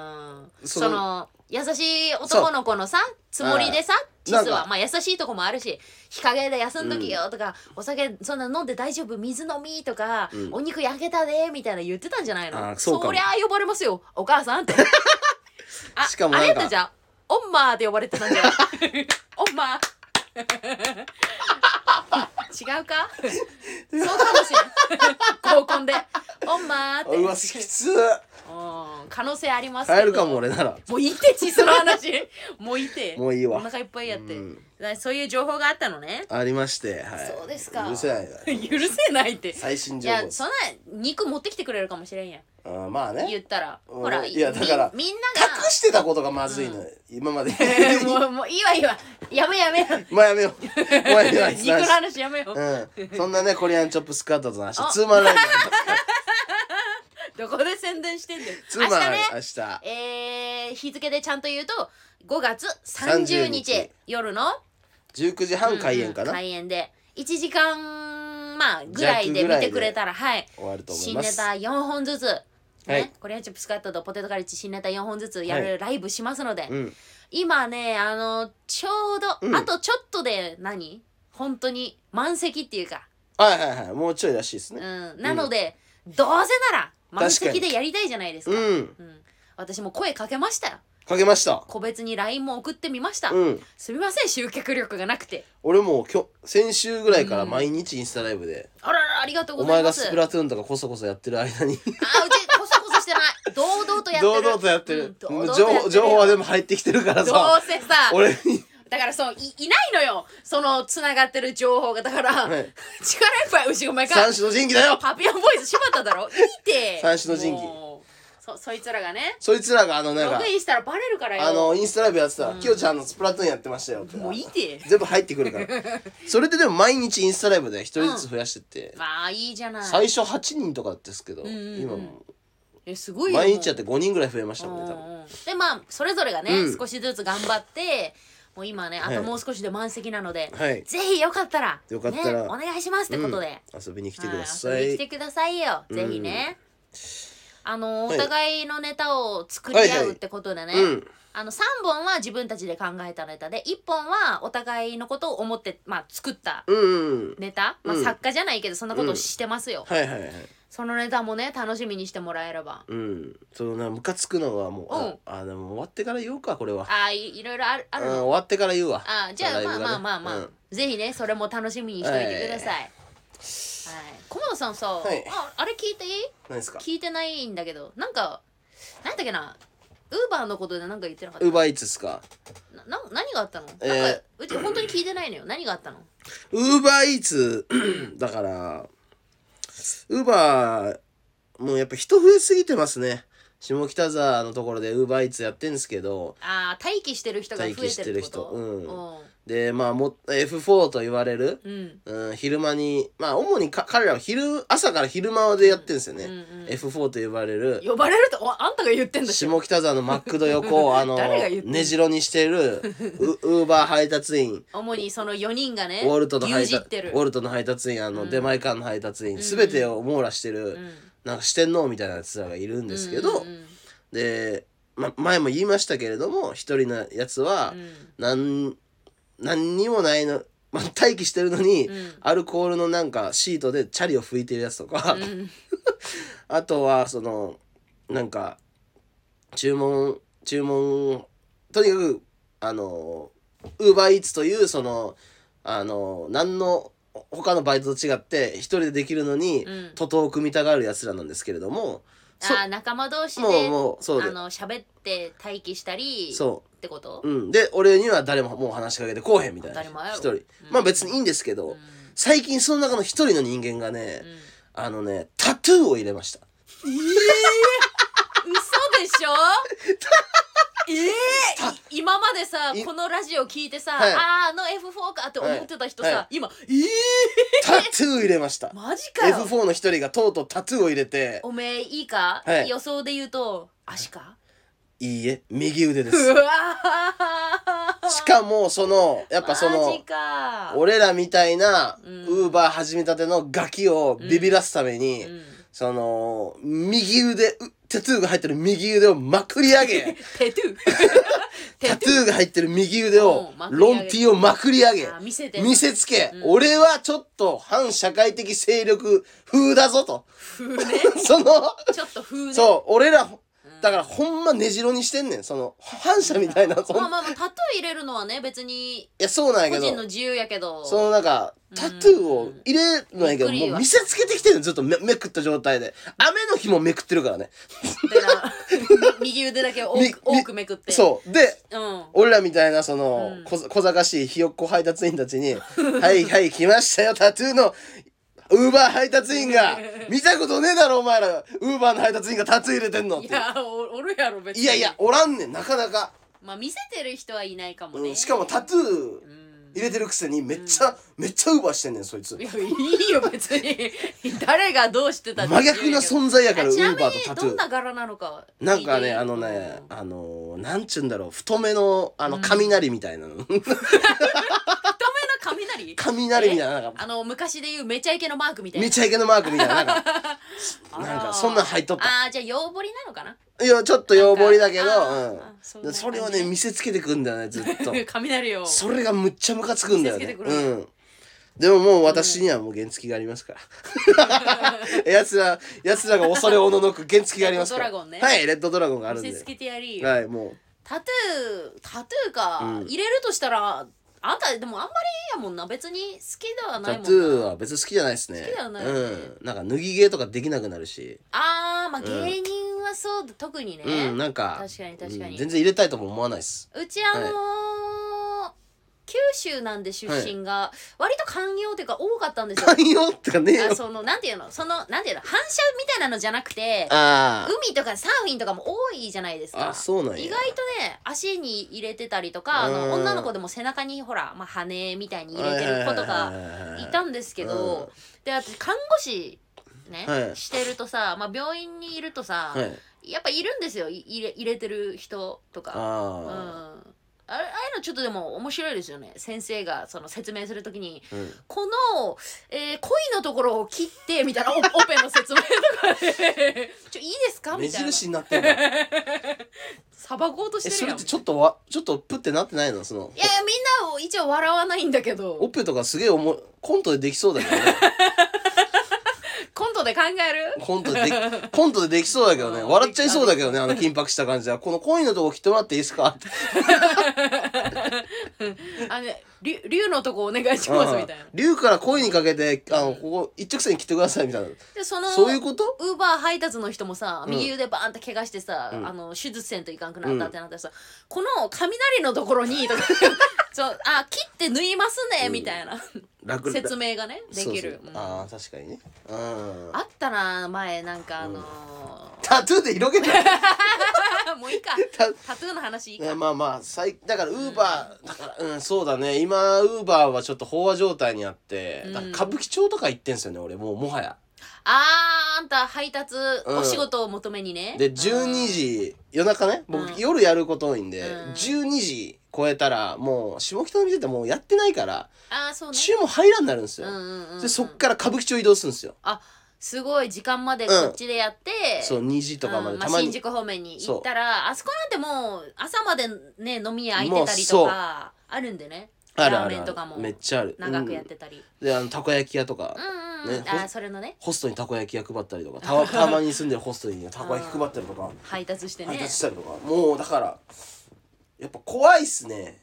うん、その
その
優しい男の子のさつもりでさチス
なん
は
か
まあ優しいとこもあるし日陰で休んどきよとか、お酒そんな飲んで大丈夫水飲みとか、
うん
お肉焼けたでみたいな言ってたんじゃないの
あそうかも
りゃ呼ばれますよお母さんってあ
しかも
あ
なん
れ
か
やったじゃんオンマーって呼ばれてたんじゃない オンマー 違 うかそうかもしれん 合コンでオンマーって
うわ、きつ
うん可能性ありますけど
帰るかも俺なら。
もういいってチスの話 もういいって
もういいわ
お腹いっぱいやって、
うん
だからそういう情報があったの ね
ありまして、はい。
そうですか
うるせえな。
許せないって
最新
い
情報
や
です
そんな肉持ってきてくれるかもしれんやん
うんまあね
言ったら
うん
ほら
いやだから
みみんなが
隠してたことがまずいのよ、今まで
もうもういいわいいわやめやめ
まあやめようもうやめようあいつ
肉の
の話
話やめよ
うん、そんなねコリアンチョップスカートとの話
あ
ツーマ ンライブ
どこで宣伝してんだよ
ツ
明
ー
日
マン
ね
明日
えー、日付でちゃんと言うと5月30
30
日
日
夜の
19時半開演かな、
うんうん開演で1時間まあぐらいで見てくれたらはい
終わると思い
新
ま
ネ
す
タ4本ずつ、
は
ね
い、
コリアンチョップスカットとポテトカレッジ新ネタ4本ずつや
は
るライブしますので、
うん
今ねあのちょうど、
うん
あとちょっとで何本当に満席っていうか、
はいはいはいもうちょいらしいです
う
ね
ん、なので、どうせなら満席でやりたいじゃないですか
うん、
うん、私も声かけましたよ
かけました
個別に LINE も送ってみました、
うん
すみません集客力がなくて
俺もうきょ先週ぐらいから毎日インスタライブで、
あららありがとうご
お
ざい
前
ま
が
す
スプラトゥーンとかこそこそやってる間に
あうちこそこそしてない堂々とやってる
堂々とやってる,、
うん堂々と
情
やって
報
る
情報はでも入ってきてるから
どう
さ
せさ
俺に
だからそういいないのよそのつながってる情報がだから、
い
力いっぱい牛お前か
三種の神器だよ
パピオンボーイズ柴田だろいいって
三種の神器
もうそそいつらがね
そいつらがあのなん
ロ
か
グインしたらバレるからよ
あのインスタライブやってたら
うん
「きよちゃんのスプラトゥーンやってましたよ」って
もういいって
全部入ってくるから それででも毎日インスタライブで一人ずつ増やして って、
まあいいじゃない
最初8人とかですけど、
んうんうん
今も
えすごいよ
毎日やって5人ぐらい増えましたもんね多分
うんうんでまあそれぞれがね、
うん
少しずつ頑張ってもう今ねあ
は
と
い
もう少しで満席なので、
はい
ぜひよかったら
よかったら
ね、お願いしますってことで、
うん遊びに来てく
はい
ださ
遊び
い
に来てくださいよ、ぜひねあのお
はい
互いのネタを作り合うってことでね、
うん
あの3本は自分たちで考えたネタで1本はお互いのことを思って、まあ、作った
うんうん
ネタ、まあ、
うん
作家じゃないけどそんなことをしてますよ、
はいはいはい
そのネタもね楽しみにしてもらえれば
うんそのなムカつくのはもう、
うん
ああでも終わってから言おうかこれは
あーいいろいろあるあ
うん
るの
終わってから言うわ
あじゃあまあまあまあまあ、
うん
ぜひねそれも楽しみにしといてください、はい駒野さんさ、
はい
ああれ聞いていい
何ですか
聞いてないんだけどなんかなんだっけなウーバーのことでなんか言ってなかっ
ウーバーイーツですか
たなな何があったの、
えー
なんかうち本当に聞いてないのよ何があったの
ウーバーイーツだからウーバーもうやっぱ人増えすぎてますね下北沢のところでウーバーイーツやってんですけど
あー待機してる人が増えてるってこと
待機してる人
うん
でまあも F4 と言われる、
うん
うん、昼間にまあ主にか彼らは昼朝から昼間でやってんですよね、
うんうん
F4 と呼ばれる
呼ばれるとおあんたが言ってんだし
下北沢のマックド横をあの
誰が言ってんの
ねじろにし てるウウーバー配達員
主にその4人がね
ウォルトの
牛
配
耳
達
ってる
ウォルトの配達員あの、
うん
出前館の配達員
ん
全てを網羅してる、
うん
なんか四天王みたいなやつらがいるんですけど、
うんうん
で、ま、前も言いましたけれども一人のやつは
うん
何,、何にもないの、ま、待機してるのに、
うん
アルコールのなんかシートでチャリを拭いてるやつとか、
うんうん
あとはそのなんか注文注文とにかくあのウーバーイーツというそのあの何の他のバイトと違って一人でできるのに
うん
徒党を組みたがるやつらなんですけれども、そ
あー仲間同士で
もうもうそう
あ
で
の喋って待機したり
そ
ってこと
う、うん、で俺には誰ももう話しかけてこうへんみたいな
当たり前やろ
一人、
うん
まあ別にいいんですけど、
うん
最近その中の一人の人間がね、
うん
あのねタトゥーを入れました
嘘でしょ ええ今までさ
い
このラジオ聞いてさ、
はい
あーあの F4 かって思ってた人さ、
はいは
今ええ
タトゥー入れました
マジかよ
F4 の一人がとうとうタトゥーを入れて
おめえいいか、
はい
予想で言うと足か
いいえ右腕で
う
す
わー
しかもそのやっぱそ
マ
の
ジか
俺らみたいな
うん
ウーバー始めたてのガキをビビらすために、
うん
その右腕うタトゥーが入ってる右腕をまくり上 げ
テトゥ
タトゥーが入ってる右腕を
うんまくり上
ロ
げ
ンティーをまくり上げ
あー見せて
見せつけ、
うん
俺はちょっと反社会的勢力風だぞと
風ね
その
ちょっと風ね
そう俺らだからほんま根城にしてんねんその反射み たいなそん
まあ
い
まあまあタトゥー入れるのはね別に
やそうなんや
個
けど
人の自由やけど
そのなんかタトゥーを入れるのやけど
うん
もう見せつけてきてるのずっとめめくった状態で雨の日もめくってるからね
だから 右腕だけ多
みみ
く多くめくって
そうで
う、うん、
俺らみたいなその
うん
こ小賢しいひよっこ配達員たちに「はいはい来ましたよタトゥーのウーバー配達 員が見たことねえだろお前らウーバーの配達員がタツ入れてんのっ
い
て
やおおるやろ別に
いやいやおらんねんなかなか、
まあ見せてる人はいないかも
う
ね、
ん、しかもタトゥー
うん
入れてるくせにめっちゃ、めっちゃウーバーしてんねんそいつ
いやいいよ別に 誰がどうしてたって
真逆な存在やから
あ
ウ
ちな
ー
み
バーとタ
に
トゥ
どん
ー
な柄なのか
なんか
聞いてい
ね
い
あのねあのーなんちゅうんだろう太めのあの雷みたいなの、
太めの雷
雷みたいななんか
あの昔で言うめちゃイケのマークみたいな
めちゃイケのマークみたいな なんか
あら
なんかそんなん入っとった
あーじゃあ用彫りなのかない
やちょっと要望だけど
なんかあーあそ
うんん
な感じ
それをね見せつけてくんだよねずっ と
雷を
それがむっちゃムカつくんだよ
見せ
ね
つけてく
う
る
んでももう私にはもう原付がありますから やつら やつらが恐れおののく原付がありますから
レッドドラゴンね
はいレッドドラゴンがある
見
ん
せつ
で
けてやり、
はいも
タトゥータトゥーか、
うん
入れるとしたらあんたでもあんまりいいやもんな別に好きでは
う
ない
タ
もん
ト
な
ゥーは別に好きじゃないですね
好きではないね
うんなんか脱ぎ毛とかできなくなるし
あーまあ
ん
芸人はそうだ特にね、
うんなんか
確かに確かに
うん全然入れたいとも思わないです
うちあのー九州なんで出身が割と寛容というか多かったんですよ、
寛容ってかねえよ
あそのなんていうのそのなんていうの反射みたいなのじゃなくて
あー
海とかサーフィンとかも多いじゃないですか
あそうなんや
意外とね足に入れてたりとかあ
うん
の女の子でも背中にほら、まあ、羽みたいに入れてる子と
はい
か
はいはいはい
いたんですけ
うん
どで私看護師ね、
はい
してるとさ、まあ、病院にいるとさ、
はい
やっぱいるんですよい入れ入れてる人とか。うん
あ
あれああいうのちょっとでも面白いですよね先生がその説明するときに
ーうん
この、えー、恋のところを切ってみたいなオオペの説明とか で「ちょいいですか?」
目
みたいな
印になってるえ
さばこうとして
そ
る
れ
や
っ
ん
てちょっとわちょっとプってなってないのその
いやいやみんなを一応笑わないんだけど
オペとかすげえおもコントでできそうだけどね
コントで考える
コントでできコントでできそうだけどね
うん
笑っちゃいそうだけどねあの緊迫した感じはこの恋のとこ切ってもらっていいですかって
あのね竜竜のとこお願いしますみたいな
うん竜から恋にかけてあのここ一直線に切ってくださいみたいな
でその
そういうこと
ウーバー配達の人もさ
うん
右腕バーンって怪我してさ、
うん
あの手術せんといかんくなったってなったらさ、この雷のところ にとかそうあ切って縫いますね、
うん
みたいな
楽
説明がねできる
そうそう
うん
ああ確かにねうん
あったな前なんかあのー
タトゥーで広げ た
もういい か
タ
タトゥーの話いいか、
ね、まあまあ最だからウーバーだからうんそうだね今ウーバーはちょっと飽和状態にあってだから歌舞伎町とか行ってんすよね俺もうもはや
あーあんた配達、
うん
お仕事を求めにね
で12時夜中ね僕、
うん
夜やること多いんで、
うん
12時超えたらもう下北の店ってもうやってないから
ああそうね
注文入らんなるんです
う
よ、
んうんうんうん
でそっから歌舞伎町移動するんですよ
あすごい時間まで
ん
こっちでやって、
そう2時とかまで、
うんまあ、
たまに、
新宿方面に行ったらあそこなんてもう朝までね飲み屋空いてたり
も
と
うそう
かあるんでね
ある
ラ
あ
ー
る
メン
あ
とかも
るめっちゃある
長くやってたり、
うんであのたこ焼き屋とか
う、ん、うん
ねほ
あ
ん
それのね
ホストにたこ焼き屋配ったりとかたたまに住んでるホストにたこ焼き配ったりとか、
配達して
配
ね
達したりとかもうだからやっぱ怖いっすね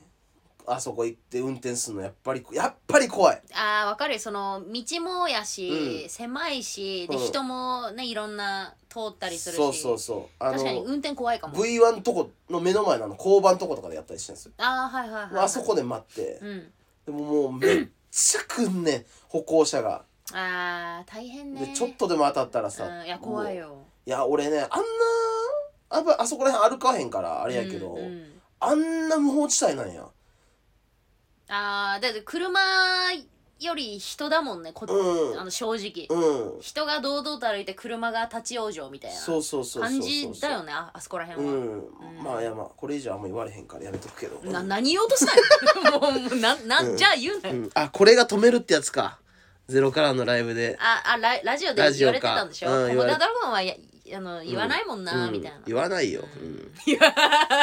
あそこ行って運転するのやっぱりやっぱり怖い
あーわかるよその道もやし、
うん
狭いしで
うん
人もねいろんな通ったりするし
そうそうそうあ
確かに
の
運転怖いかも
V1 とこの目の前のあの交番とことかでやったりしてるんですよ
あーはいはいはい、はい、
あそこで待って
うん
でももうめっちゃくんね歩行者が
あー大変ね
でちょっとでも当たったらさ
うん、いや怖い
も
よ
ういや俺ねあんなあぶあそこら辺歩かへんからあれやけど、
うんうん
あんな無法地帯なんや
あーだって車より人だもんねこ、
うん
あの正直、
うん
人が堂々と歩いて車が立ち往生みたい
そ
な
うそうそうそうそ
感
う
じだよねああそこら辺
う
は、
ん、まあいやまあこれ以上あんま言われへんからやめとくけど
な何言おうとしたの もうもうなな、
うん
じゃあ言うな
う
よ、
ん、あこれが止めるってやつかゼロからのライブで
ああララジオで
ラジ
言
オ
わ
か
れてたんでしょ
うん
「
言
コ
わ
モ
れ
ダドラゴン」はやあの言わないもんな、
うん
みたいな
言わないよ、うん、い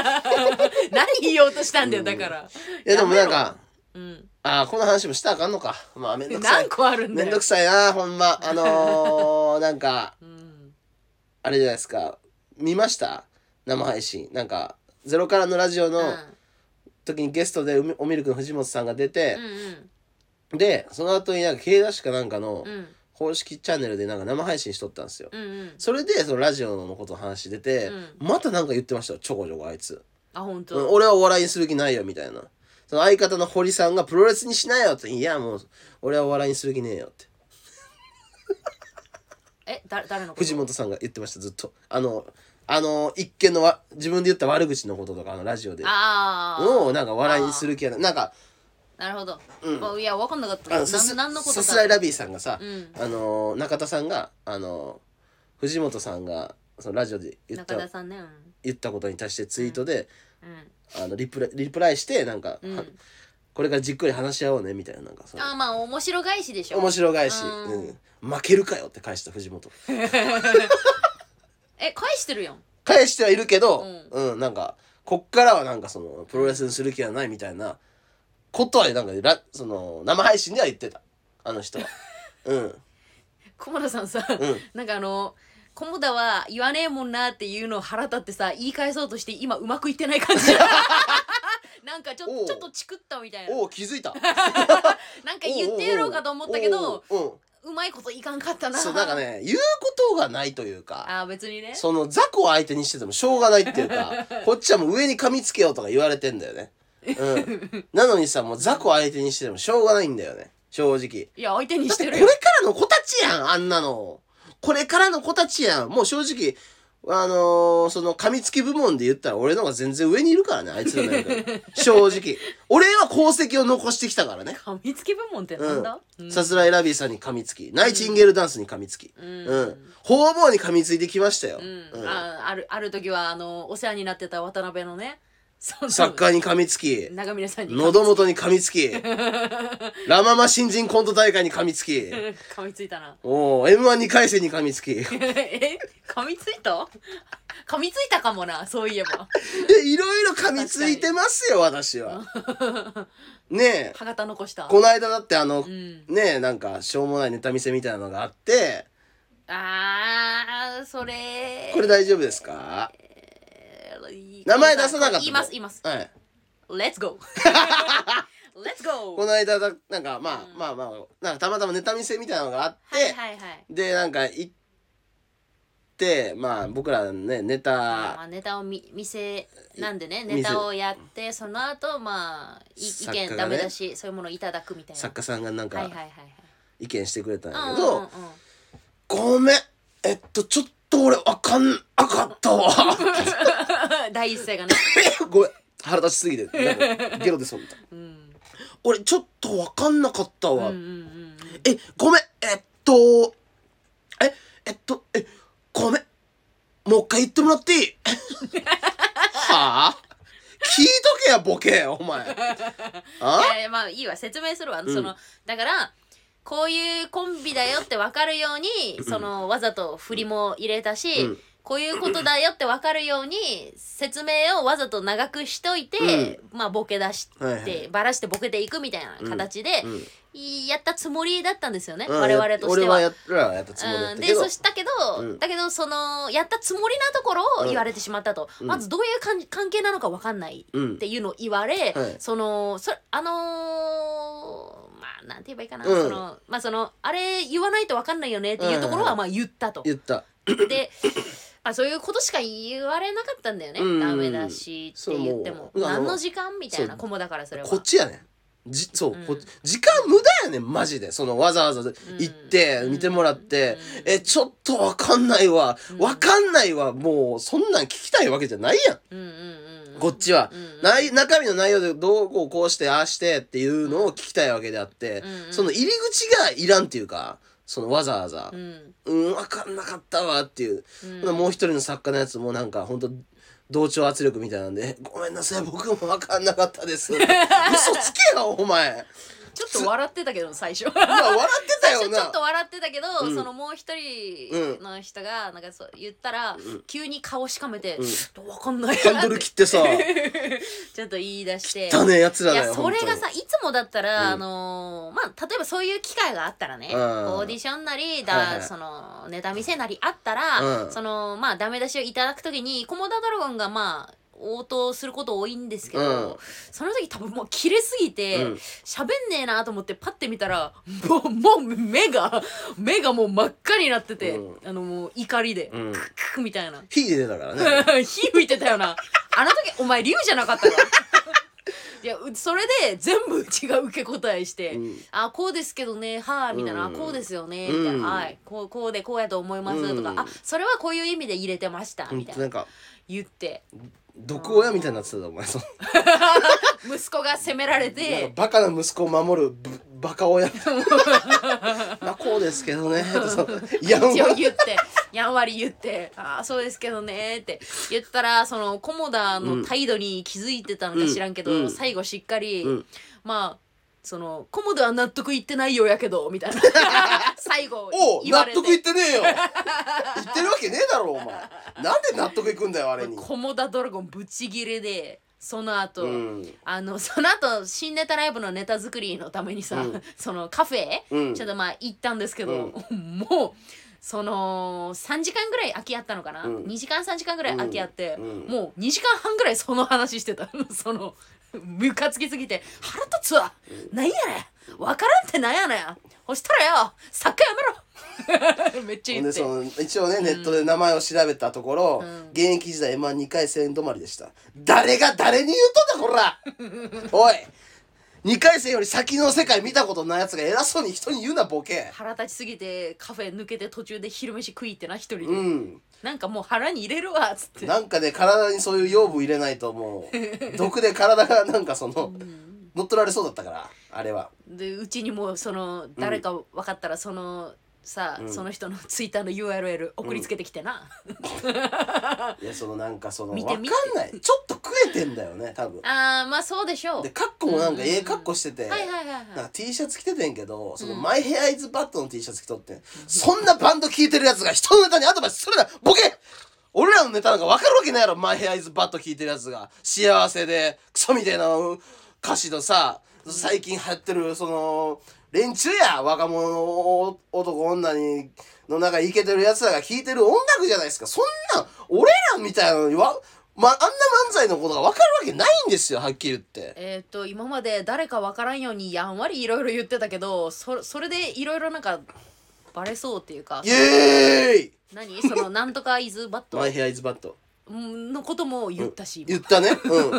何言おうとしたんだよだから、
やでもなんか
やめろ、うん、
あこの話もしたらあかんのかまあめんどくさい
何個あるんだ
め
よ
んどくさいなほんま あのー、なんか
うん
あれじゃないですか見ました生配信なんかゼロからのラジオ
う
の
ん
時にゲストでうみおみるくの藤本さんが出て
う、ん
でその後になんか経営ダッシュかなんかの
うんうん
公式チャンネルでなんか生配信しとったんですよ
うんうん
それでそのラジオのことの話出て、またなんか言ってましたよちょこちょこあいつ、
あ本
う
当
ん俺はお笑いにする気ないよみたいなその相方の堀さんがプロレスにしなよっていやもう俺はお笑いにする気ねえよって
だ誰のこと
藤本さんが言ってましたずっとあのあの一見のわ自分で言った悪口のこととかあのラジオで
ああ
をなんか笑いにする気やななんか
なるほど、
うん
まあいや分かんなかっ
あ
た
の
な
さす
何のこと
さ
か
すらいラビーさんがさ、
うん
あの中田さんがあの藤本さんがそのラジオで言っ
中田
た
さんねうん
言ったことに対してツイートで、
うん
あのリプライリプライしてなんか、
うん
はこれからじっくり話し合おうねみたいななんかその
あーまあ面白返しでしょ
面白返し、
うん
うん負けるかよって返した藤本
え返してるやん
返してはいるけど、
う
うんなんかこっからはなんかそのプロレスにする気はないみたいなことはなんかラその生配信では言ってたあの人は。 うん
駒田さんさ、
ん
なんかあの駒田は言わねえもんなっていうのを腹立ってさ言い返そうとして今うまくいってない感じなんかちょ
おう
ちょっとチクったみたいな
おお気づいた
なんか 言ってやろうかと思ったけど
おうおうおう
うまいこといかんかった
うん
な
そうなんかね言うことがないというか
あー別にね
その雑魚を相手にしててもしょうがないっていうか こっちはもう上に噛みつけようとか言われてんだよね、うん、なのにさもう雑魚を相手にしててもしょうがないんだよね正直
いや相手に
だっ
してて
こ
る
れ
よ
からの子たちやんあんなのこれからの子たちやんもう正直あのーその噛みつき部門で言ったら俺の方が全然上にいるからねあいつらなんかよ り正直俺は功績を残してきたからね
噛みつき部門ってなんだ、
うん、さすらいラビーさんに噛みつきナイチンゲールダンスに噛みつき、うん方々に噛みついてきましたよ、
う
うんん
ああるある時はあのお世話になってた渡辺のねその
サッカーに噛みつき
長峰さんに
喉元に噛みつきラ・ママ新人コント大会に噛みつき
噛みついたな
おお m 1 2回戦に噛みつきで
え噛みついた噛みついたかもなそういえば
いろいろ噛みついてますよ私はねえ
歯型残した
この間だってあの、
ん
ねえなんかしょうもないネタ見せみたいなのがあって
あーそれ
これ大丈夫ですか
いい
名前出さなかったの
言います言います
はい、
Let's go Let's
こ
go
の間だなんかまあ、まあまあなんかたまたまネタ見せみたいなのがあって、
はいはいはい
でなんか行ってまあ僕らねネ
ま
タ
あ、ネタを見見せなんでね
見せ
ネタをやってその後まあい意
作家が
見
ね
ダメだし、そういうものをいただくみたいな
作家さんがなん
はいはい
か
はい
意見してくれたん
はい
やけ
うんうん
ど「ごめんえっとちょっと俺あかんあかった わ」
うん第一声がね
ごめん腹立ちすぎてなんかゲロでそうみたいな
うん
俺ちょっと分かんなかった
うんう
わ」
んうん
えごめんえっとええっとえごめんもう一回言ってもらって いいはあ聞いとけやボケお 前あ
いやいやまあいいわ説明するわ、そのだからこういうコンビだよって分かるようにそのわざと振りも入れたし、
うん
こういうことだよって分かるように説明をわざと長くしといて、まあボケ出して、
はいはい
バラしてボケていくみたいな形で、
うん
やったつもりだったんですよね、
うん
我々として
俺
は。
はや俺らはやったつもりだ
う
っ
ん、
た
で
けど、
そしたけど、
うん
だけどそのやったつもりなところを言われてしまったと、
うん
まずどういうかん関係なのか分かんない
うん
っていうのを言われ、
はい
そのそれあのーまあなんて言えばいいかな、
うん
そのまあそのあれ言わないと分かんないよねっていうところはまあ言ったと、
言った
で、まあ、そういうことしか言われなかったんだよね、
うん
ダメだしって言っても
そうもうあの
何の時間みたい
そ
な
う
子もだからそれは
こっちやねんじそう、
うん
こっち時間無駄やねんマジでそのわざわざ行って
うん
見てもらって、
うん
えちょっとわかんないわ
うん
わかんないわもうそんなん聞きたいわけじゃないやん
うんうんうん
こっちは
う、ん
ない中身の内容でどうこうこうしてああしてっていうのを聞きたいわけであって、
うん
その入り口がいらんっていうかそのわざわざ
う、ん
うん、わかんなかったわっていう、
うん
ほなもう一人の作家のやつもなんかほんと同調圧力みたいなんで「ごめんなさい僕もわかんなかっ たです」嘘つけよお前
ちょっと笑ってたけど最初
今笑ってた
最
よ
初ちょっ
な
と笑ってたけど、
うん
そのもう一人の人がなんかそう言ったら、急に顔しかめて、ちょっとわかんないなって
ハンドル切って さ
ちょっと言い出して
だねやつら
い
だ
や
よ
それがさ
本
いつもだったら、
うん
あのーまあ例えばそういう機会があったらね、
うん
オーディションなりだ、
はいはい
そのネタ見せなりあったら、
うん
そのまあダメ出しをいただくときに駒田ドラゴンがまあ応答すること多いんですけど、
うん
その時多分もう切れすぎて
うん
喋、んねえなと思ってパッて見たらもうもう目が目がもう真っ赤になってて、
う
あのもう怒りで、
当にうん
クックみたいな
火出てたからね
火 吹いてたよなあの時お前竜じゃなかったかいやうそれで全部うちが受け答えして「
うん
あこうですけどねはあ」みたいな「
うん
あこうですよね」みたいな
うん
はいこうこうでこうやと思います」とか、
うん
あそれはこういう意味で入れてました」
ほん
みた
と
い
な
なん
か
言って
毒親みたいになってたぞお前その
息子が責められ
なんか
て
バカな息子を守るぶバカ 親まあこうですけどねってそのいやんわ
一応言ってやんわり言って「あそうですけどね」って言ったらその菰田の態度に気づいてたのか知らんけど、
うん
最後しっかり、
うん
まあその菰田は納得いってないようやけどみたい な最後
おう
言わ
納
れて
得いってねえよ言ってるわけねえだろお前なんで納得いくんだよあれに
コモダドラゴンぶち切れでその後、
うん
あの その後新ネタライブのネタ作りのためにさ、
うん
そのカフェ、
うん
ちょっとまあ行ったんですけど、もうその3時間ぐらい空きあったのかな、
うん
2時間3時間ぐらい空きあって、
うんうん
もう2時間半ぐらいその話してた そのムカつきすぎて腹立つわ、なんやねん分からんってなんやねんほしたらよサッカーやめろ めっちゃ
ほん
言
で
って
その一応ねネットで名前を調べたところ、現役時代 m 2回戦止まりでした誰が誰に言うとんだこら おい2回戦より先の世界見たことないやつが偉そうに人に言うなボケ
腹立ちすぎてカフェ抜けて途中で昼飯食いってな一人で、
うん
なんかもう腹に入れるわっつって
なんかね体にそういう養分入れないとも う毒で体がなんかその乗っ取られそうだったからあれは
でうちにもその誰か分かったらその、さ
うん
その人のツイッターの URL 送りつけてきてな、
いやそのなんかそのわ
見
か
て
ん
見て
ないちょっと食えてんだよね多分
あーまあそうでしょう
でカッコもな
うん
んか
うん
え
うん
えカッコしてて、
はいはいはい
なん
は
か T シャツ着ててんけど、その
うん
マイヘアイズバットの T シャツ着とってん、そんなバンド聴いてるやつが人のネタにアドバイスするなボケ俺らのネタなんか分かるわけないやろマイヘアイズバット聴いてるやつが幸せでクソみたいな歌詞のさ最近流行ってるその連中や若者の男女にの中イケてるやつらが聴いてる音楽じゃないですかそんなん俺らみたいなのにわ、ま、あんな漫才のことが分かるわけないんですよはっきり言って。
えーっと今まで誰か分からんようにやんわりいろいろ言ってたけどそそれでいろいろなんかバレそうっていうか
イエーイ
何そのなんとかイズバット
マイヘアイズバット。
のことも言ったし、
言ったね。うん。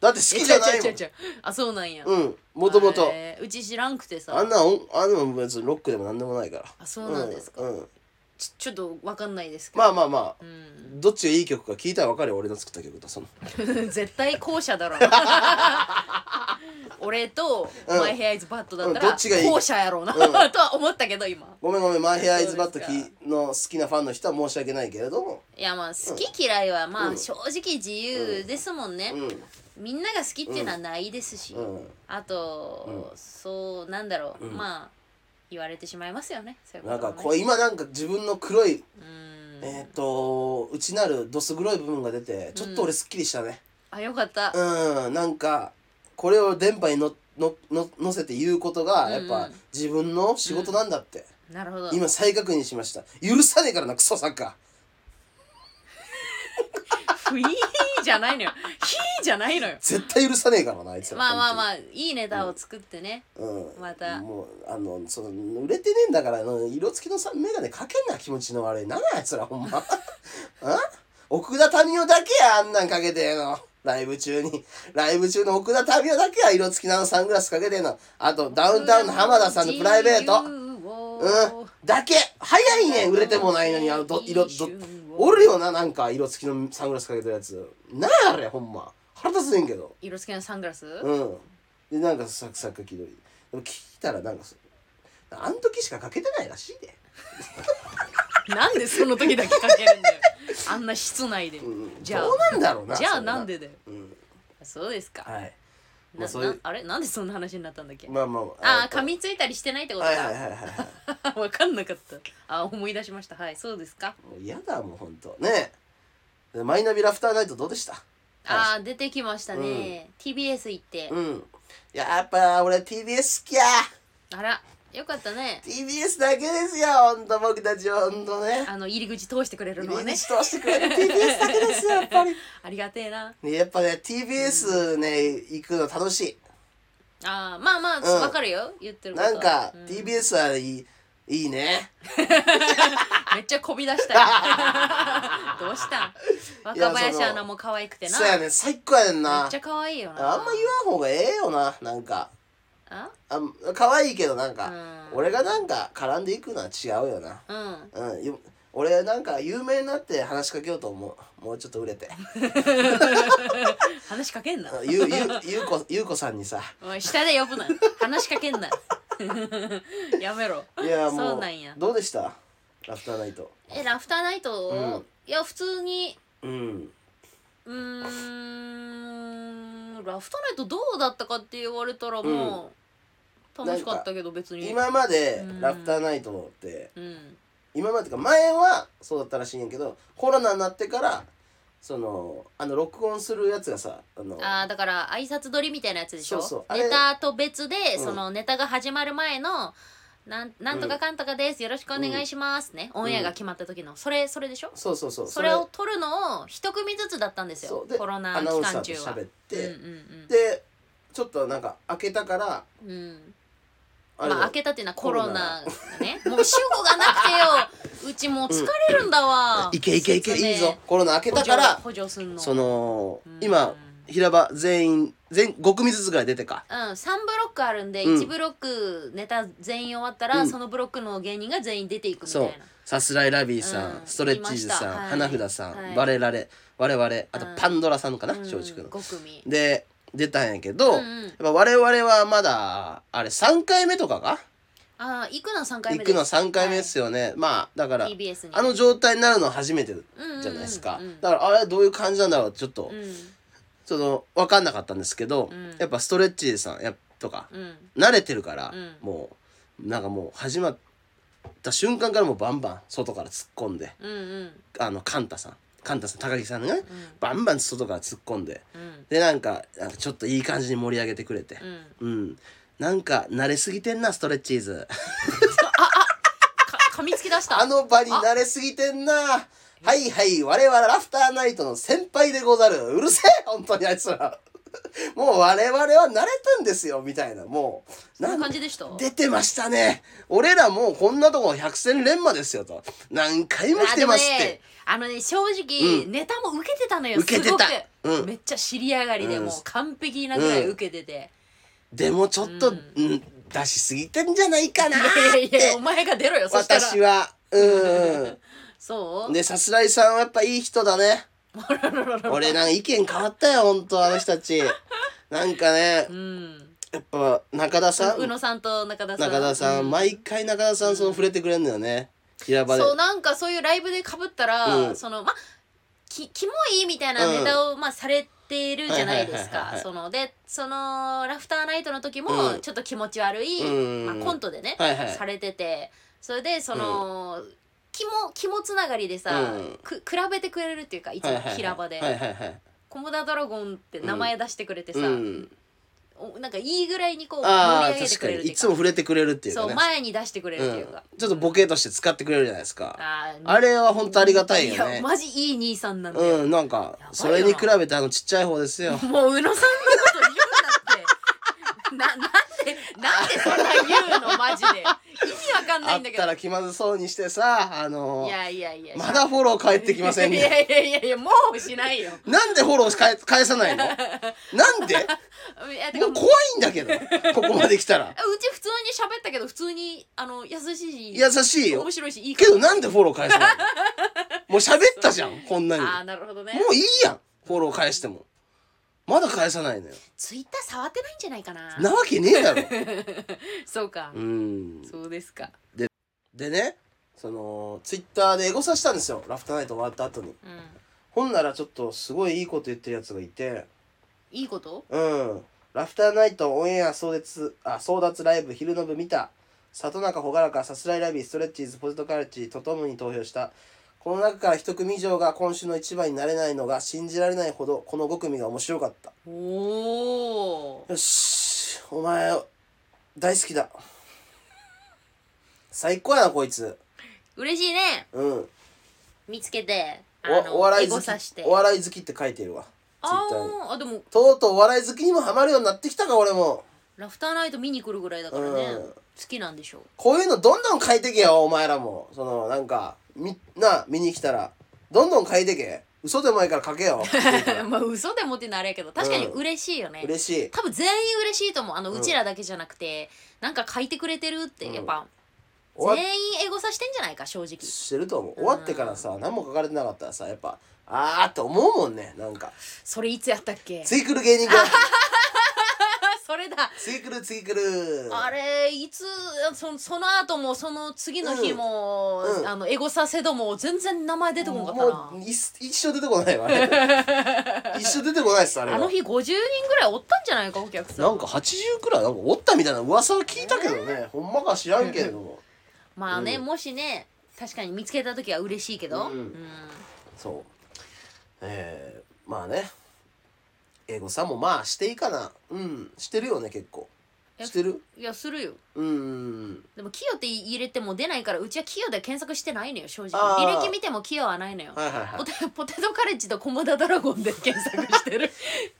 だって好きじゃない も
え違う違う違う違うあそうなんや
ん。うん。もともと。
えーうち知らんくてさ
あんな音、あんなの別にロックでもなんでもないから。
あそうなんですか、
うん。うん
ちちょっとわかんないですけど、
まあまあま
う。
あ
ん、
どっちがいい曲か聞いたらわかるよ。俺の作った曲とその。
絶対後者 だろ俺と
うん
マイヘアイズバットだった
うん
ら
どっちがいい
後者やろうな、
う
とは思ったけど今
ごめんごめん。マイヘアイズバットき
そうです
の好きなファンの人は申し訳ないけれども。
いやまあ好き嫌いはま
うん
あ正直自由ですもんね、
うん。
みんなが好きっていうのはないですし、
うん。
あと、そうなんだろう、
うん
まあ言われてしまいますよねそういう
な
こと
んか
もね
こう今なんか自分の黒い、
うん
えっ、と、内なるどす黒い部分が出て、ちょっと俺すっきりしたね。
あよかった、
うんなんかこれを電波にののの乗せて言うことが
うん
や
う
っ
ん
ぱ自分の仕事なんだって、
なるほど
今再確認しました許さねえからなクソサッカ
ふいーじゃないのよひーじゃないの よ
ー絶対許さねえからなあいつら
まあまあま
あ
あいいネタを作ってね、
うん、
また
もうあのその売れてねえんだからあの色付きのさ眼鏡かけんな気持ちの悪いなんなんあいつら ほんまあ奥田民生だけやあんなんかけてえのライブ中にライブ中の奥田民生だけは色付きのサングラスかけてえのあとダウンタウンの浜田さんのプライベートうん。だけ早いねん売れてもないのにあのど色どおるよななんか色付きのサングラスかけてるやつなんやあれほんま腹立つねんけど
色付きのサングラス、
うんでなんかサクサク気取りでも聞いたらなんかそあん時しかかけてないらしいで
なんでその時だけかけるんだよ。あんな室内で。
うん
じゃあ
どうなんだろうな
じゃ
そ
あ
れ
なんでだよ。
うん
そうですか。
はい
な
まあそういう
なあれなんでそんな話になったんだっけ、
まあまあ
ああ、
えっと
噛みついたりしてないってこと
はいはいはい
か。
はいは
わかんなかった。あ思い出しました。はい、そうですか。
いもう嫌だもうほんとねえマイナビラフターナイトどうでした
ああ、出てきましたね。TBS 行って。
うんいややっぱ俺 TBS 好きや
あら、よかったね。
TBS だけですよほんと僕たちほんとね
あの、入り口通してくれるのは
入り
ね。
口通してくれる TBS だけですよやっぱり、
ありがてえな。
ね、やっぱね TBS ね行くの楽し
ああ、まあまあ、
うん
わかるよ。言って
い
ること
な
は
んか
う
TBS はいいいいね
めっちゃこび出したよ どうしたん若林アナも可愛くてな
そうやねん最高やねん
め
な
っちゃ可愛いよな
あんま言わん方がええよななんか
あ
あん可愛いけどなんか、
うん
俺がなんか絡んでいくのは違うよな
うん
うんよ俺なんか有名になって話しかけようと思うもうちょっと売れて
話しかけんな
うんゆゆゆうこゆうこさんにさ
おい下で呼ぶな話しかけんな やめろ
いやも
そううなんや
どうでしたラフターナイト
えラフターナイト、
うん
いや普通に
うん
うーんラフターナイトどうだったかって言われたらもう、
うん
楽しかったけど別に
今まで
うん
ラフターナイトって
うん
今までってか前はそうだったらしいんやけどコロナになってからそのあの録音するやつがさあの
あーだから挨拶撮りみたいなやつでしょ
そうそうあれ
ネタと別で、
うん
そのネタが始まる前のなんなんとかかんとかです、よろしくお願いしますね、オンエアが決まった時のそれそれでしょ
そうそうそう
それを撮るのを一組ずつだったんですよ
そうで
コロナ
アナウ
期
ンサ
間中は
ーと喋っ
うん
て、でちょっとなんか開けたから
うんうんうん
あ
まあ
だ
開けたっていうのはコロナねもう主語がなくてようちもう疲れるんだ わ、
いけいけいけ
そうね
いいぞコロナ開け
補
た
助
から
補助すんの
その
うん
今平場全員全5組ずつぐらい出てか
うん、3ブロックあるんで、
うん
1ブロックネタ全員終わったら、
うん
そのブロックの芸人が全員出ていくみたい
そう
な
さすらいラビーさん、
うん
ストレッチーズさん、
言いましたはい
花札さん、
はい
バレラレ我々あと
うん
パンドラさんかな
うん
松竹、の。
5組
で出たんやけ
う
ど、
んうん
やっぱ我々はまだあれ3回目とかが
ああ行くのは3回目
行
です
くの3回目ですよね、まあだから
はい TBS に
あの状態になるのは初めてじゃないですか、
うんうんうんうん
だからあれどういう感じなんだろうってちょっと、
うん
その分かんなかったんですけど、
うん
やっぱストレッチーズさんやっとか、
うん
慣れてるから、
うん
もうなんかもう始まった瞬間からもうバンバン外から突っ込んで
うんうん
あのカンタさんカンタさん高木さんがね、バンバン外から突っ込んで
うん
でなんかなんかちょっといい感じに盛り上げてくれて
うん
うん、なんか慣れすぎてんなストレッチーズ
か噛みつき出した
あの場に慣れすぎてんなはいはい我々ラフターナイトの先輩でござるうるせえ本当にあいつら もう我々は慣れたんですよみたいなもう
そんな
なん
感じでした
出てましたね俺らもうこんなとこ百戦錬磨ですよと何回も来てますっ
あでもね
て、
あのね正直、
う
ネタも受けてたのよ
受けてた
すごく、
うん
めっちゃ尻上がりで、
うん
もう完璧なぐらい受けてて、
でもちょっと、
うん
うん出しすぎてんじゃないかなっ
いやいやいや
て
お前が出ろよそしたら
私はう
そ
ん
う、
でさすらいさんはやっぱいい人 だね俺なんか意見変わったよ本当あの人たちなんかね
うん
やっぱ中田さ
宇
ん
野さんと中田さん
中田さん、毎回中田さんその触れてくれんのよね平場で
そうなんかそういうライブでかぶったら、
うん
そのまきキモいみたいなネタを、まあ、されてるじゃないです
はいはいはいはい
か
はい
そのでそのラフターナイトの時も
うん
ちょっと気持ち悪い、
うん
まあ、コントでね、
はいはい
されててそれでその、肝肝つながりでさ、
うん
く比べてくれるっていうかいつ
はい
も
はいはい
平場で「
はいはいはい
コモダドラゴン」って名前出してくれてさ、
うん
おなんかいいぐらいにこう盛り上
ああ
げて
確
く
か
れる
に
ってい
いうつも触れてくれるっていうかね
そう前に出してくれるっていうか、
うん、ちょっとボケとして使ってくれるじゃないですか、
あー
あれは本当ありがたい
い
よ
や
ね
マジいい兄さんなんだよ、
うんなんか
な
それに比べてあのちっちゃい方ですよ
もう宇野さんのこと言うなって ななんでなんでそんな言うのマジで意味わか んな
あ
い
っ
んだけ
た
ど
ら気まずそうにしてさあの
いやいやいや
まだフォロー返ってきません
い
ね
やいやいやいやもうしないよ
なんでフォロー返返さないのなんで
いやてか
も
も
う
う
怖いん だけどここまで来たら
うち普通に喋ったけど普通にあの優しい
優しいよ
面白いしいい
け
から
どなんでフォロー返さない のもう喋ったじゃんこんなに
ああーなるほどね
もういいやんフォロー返してもまだ返さないのよ
ツイッター触ってないんじゃないかな
なわけねえ だろ
そうか、
うん
そうですか
でねそのツイッターでエゴサしたんですよラフターナイト終わった後に
うん
ほんならちょっとすごいいいこと言ってるやつがいて
いいこと
うんラフターナイトオンエア争奪あ争奪ライブ昼の部見た里中朗らかさすらいラビーストレッチーズポテトカルチーとともに投票したこの中から一組以上が今週の一番になれないのが信じられないほどこの5組が面白かった
おお
よしお前大好きだ最高やなこいつ
嬉しいね
うん
見つけてあの
おお笑い
エ
好
ゴ
き
サして
お笑い好きって書いてるわツイッ
あ
ターに
ーあでも
とうとうお笑い好きにもハマるようになってきたか俺も
ラフターナイト見に来るぐらいだからね、
うん
好きなんでしょう
こういうのどんどん書いてけよお前らもそのなんかみな見に来たらどんどん書いてけ嘘でもいいから書け よ
まあ嘘でもってなれやけど確かに嬉しいよね、
嬉しい
多分全員嬉しいと思うあの
うん
うちらだけじゃなくて、なんか書いてくれてるって
うん
やっぱ、
終わ
全員エゴサしてんじゃないか正直
してると思う終わってからさ何も書かれてなかったらさやっぱあーって思うもんねなんか
それいつやったっけ
次来る芸人か
あ それだ
次来る次来る
あれいつそその後もその次の日も、
うんうん
あのエゴサせども全然名前出てこなかったな
もうい一生出てこな いわあれ一生出てこないっすあれは
あの日50人ぐらいおったんじゃないかお客さん
なんか80くらいなんかおったみたいな噂は聞いたけどね、ほんまか知らんけれども
まあね、
うん
もしね確かに見つけた時は嬉しいけど、
うんそうえー、まあね英語さんもまあしていいかなうんしてるよね結構
え
してる
うんいやするよ
うん
でもキヨって入れても出ないからうちはキヨで検索してないのよ正直
あー
履歴見てもキヨはないのよ、
はいはいは
ポ
い
テポテトカレッジとコモダドラゴンで検索してる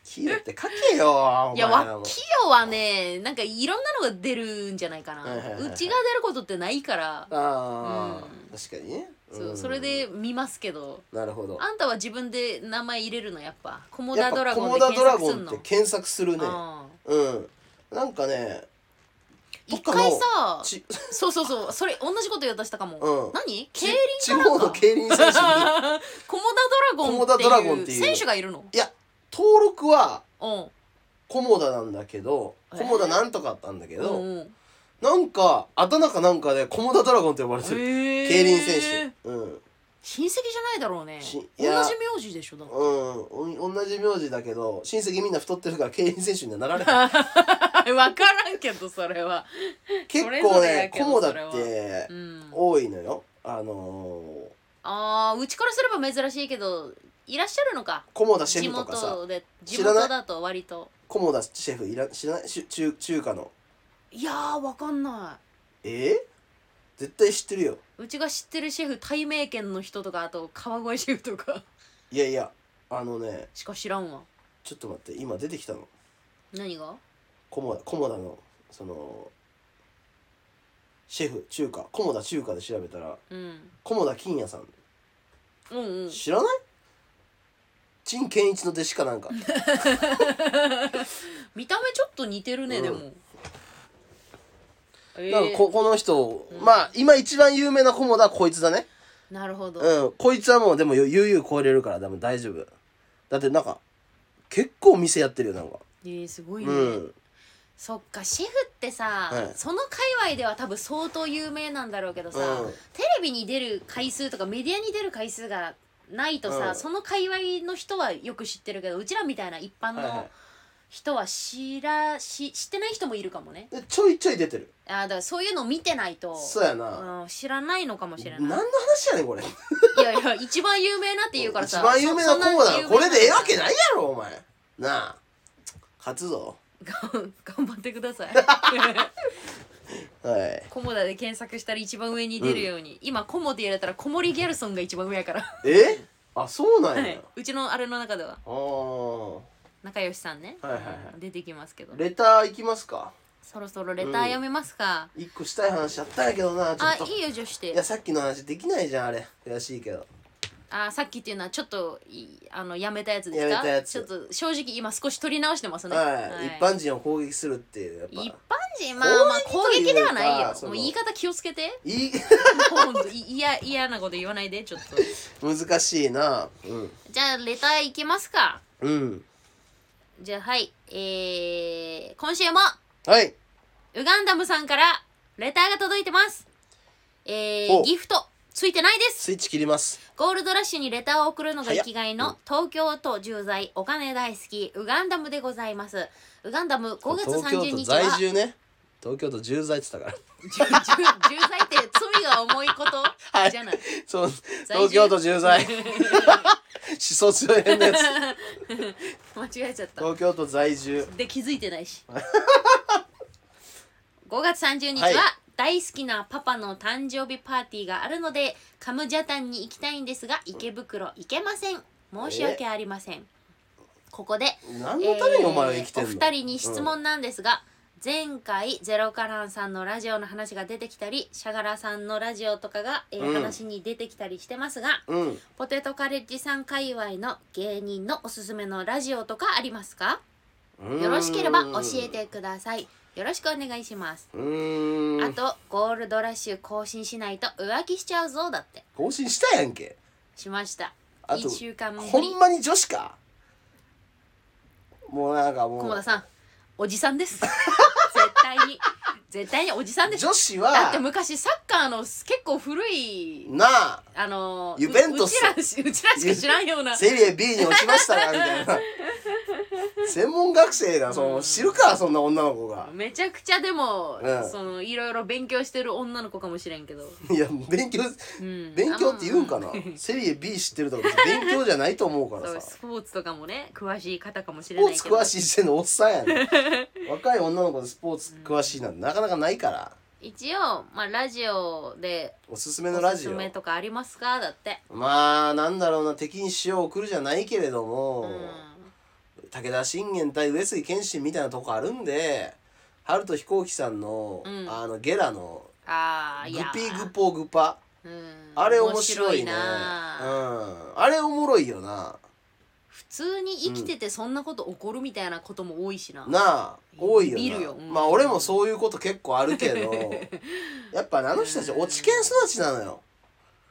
キヨって書けよ お
いや
前ら
わ
も
キヨはねなんかいろんなのが出るんじゃないかな、
はいはいはいはいう
ちが出ることってないから、
ああ、
う
確かにね
そううんそれで見ますけど
なるほど
あんたは自分で名前入れるのやっぱコモ
や
ダ
っ
ド
ぱ
ラ
コ
ゴ
モ
ンで
ダド
検
ラ
索
ゴ
す
ン
ん
っ
の
て検索するね
うん
うんなんかねどっ
一
かの
回さ
ち
そうそうそうそれ同じこと言おうとしたかも、
うん
何競
ち
輪
地
かな
方
ん
の
か
競 輪選手に
コモダドラゴンっていう
コモダドラゴンっていう
選手がいるの
いや登録は
うん
コモダなんだけどコモダなんとかあったんだけど、
うんうん
なんかあだ名かなんかでコモダドラゴンって呼ばれてる、
へー
競輪選手うん
親戚じゃないだろうね
しい
同じ
や
名字でしょだって
うんおん同じ名字だけど親戚みんな太ってるから競輪選手にはなられ ない
分からんけどそれは
結
それぞ
構
れや
ね
けど
コモダっ
そ
て
うん
多いのよあの
あーうちからすれば珍しいけどいらっしゃるのか
ー、コモダシェ
地
フとかさ
元で地
知らない
元だと割と
コモダシェフいら知らないし中中華の
いやー分かんな
えー、絶対知ってるよ
いうちが知ってるシェフ対名県の人とかあと川越シェフとか
いやいやあのね
しか知らんわ
ちょっと待って今出てきたの
何が
コモダコモダのそのシェフ中華コモダ中華で調べたら
うん
コモダ金也さん
うんうん
知らない陳健一の弟子か なんか
見た目ちょっと似てるね、
うん
でもえ
なんか
ー
ここの人を、
うん
まあ今一番有名なコモダはこいつだね
なるほど、
うんこいつはもうでもゆ悠々超えれるから多分大丈夫だってなんか結構店やってるよなんか
えー、すごいね、
うん
そっかシェフってさ、
はい
その界隈では多分相当有名なんだろうけどさ、
うん
テレビに出る回数とかメディアに出る回数がないとさ、
うん
その界隈の人はよく知ってるけどうちらみたいな一般
はいは
の人は知らし知ってない人もいるかもね
いでちょいちょい出てる
あーだからそういうのを見てないと
そうやな、
うん、知らないのかもしれ
何の
ない
話やねんこれ
いやいや一番有名なって言うからさ
一番有名なコモダ
そ
これでええわけ
そんな有名な
ないやろお前なあ勝つぞ
頑張ってくだ さい
はい
コモダで検索したら一番上に出るように、今コモでやれたらコモリギャルソンが一番上やから、
えあそうなん
は
や、
い、うちのあれの中では
あー
仲良しさんね、
はいはいはい
出てきますけど
レターいきますか
そろそろレター読めますか、
一個したい話やったんやけどなちょ
あ
っと
いいよ女子て
いやさっきの話できないじゃんあれ悔しいけど
あさっきっていうのはちょっといあのやめたやつですか
やめたやつ
ちょっと正直今少し取り直してますね、
はい、一般人を攻撃するっていうやっぱ
一般人まあまあ攻
攻撃というか
撃ではないよ
そ
も
の
う言い方気をつけて
い い
もういいや嫌なこと言わないでちょっと
難しいなうん
じゃあレターいきますか
うん
じゃあはいえー、今週も
はい
ウガンダムさんからレターが届いてますえ
お
ー、ギフトついてないです
スイッチ切ります
ゴールドラッシュにレターを送るのが生きがいの東京都重在お金大好きウガンダムでございますウガンダム5月
東京
30
都
日は
在住ね東京都重在って言ったから
重 在って罪が重いことじゃない
そう
在住
東京都 重在思想強い変なやつ
間違えちゃった
東京都在住
で気づいてないし 5月30日は、
はい
大好きなパパの誕生日パーティーがあるのでカムジャタンに行きたいんですが池袋行けません申し訳ありませんここで
何のためにお前は生きてん
え
の、
ーお二人に質問なんですが、前回ゼロカランさんのラジオの話が出てきたりシャガラさんのラジオとかが、えー
うん
話に出てきたりしてますが
うん
ポテトカレッジさん界隈の芸人のおすすめのラジオとかありますかよろしければ教えてくださいよろしくお願いします
うー
あ
ん
とゴールドラッシュ更新しないと浮気しちゃうぞだって
更新したやんけ
しました
あと
1週間ぶ
ほ
り
んまに女子かもうなんかも
駒田
う
さんおじさんです 絶対に絶対におじさんです
女子
だって
は
昔サッカーの結構古い
なあ
あの
ユベントス
ううちらうちらしか知らんような
セリエ B に落ちましたかみ たいな専門学生がその知るかそんな女の子が
めちゃくちゃでも、
うん
そのいろいろ勉強してる女の子かもしれんけど、
いや勉強
うん、
勉強って言うんか
あ
なん
ま
セリエ B 知ってるとか別に勉強じゃないと思うから
そう
さ
ス
ス
ポーツとかもね詳しい方かもしれ
ポ
な
ー
いけ
ツ
ど
詳しいしてんのおっさんやね若い女の子でスポーツ詳しいなんてなかなかないから
一応、まあ、ラジオで
おすすめの
お
ラ
すす
ジオ
めとかありますかだって、
まあなんだろうな敵に塩を送るじゃないけれど
う
も、
ん、
武田信玄対上杉謙信みたいなとこあるんで春と飛行機さんの,、
うん
あのゲラの
ああ
グ
いや
ピグポグパ
うん
あれ面白いね
な
うん、あれおもろいよな
普通に生きててそんなこと起こるみたいなことも多いしな、
なあ多いよな
見るようん
まあ俺もそういうこと結構あるけ どやっぱあの人たち落ち研育ちなのよ、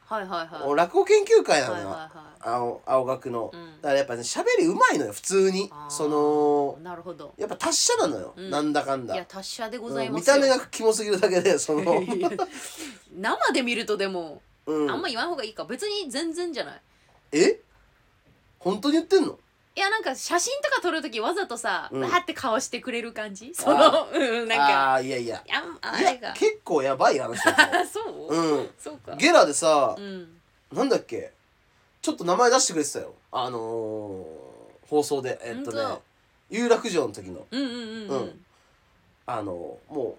はいはいはいはい
落語研究会なの
はい
よ、
は
青青学の、
うん
だからやっぱね喋りうまいのよ普通に
あー
その
いなるほど
やっぱ達者なのよ、
うん
なんだかん
い
だ
や達者でござい
うん
ま
見
すよ、
た目がキモすぎるだけで その
いや 生で見るとでも、
うん
あんま言わん方がいいか別に全然じゃない
え本当に言ってんの
いやなんか写真とか撮るときわざとさ、
うん
わーって顔してくれる感じそのうんなんか
ああーいやいや
あんあ
い
れ
や
が
結構やばいよあの人
あそう、
うん
そうか
ゲラでさ
う、ん
なんだっけちょっと名前出してくれてたよあのー、放送でえっとね
本当
有楽城の時の
うんうんうんう
うんんあのー、もう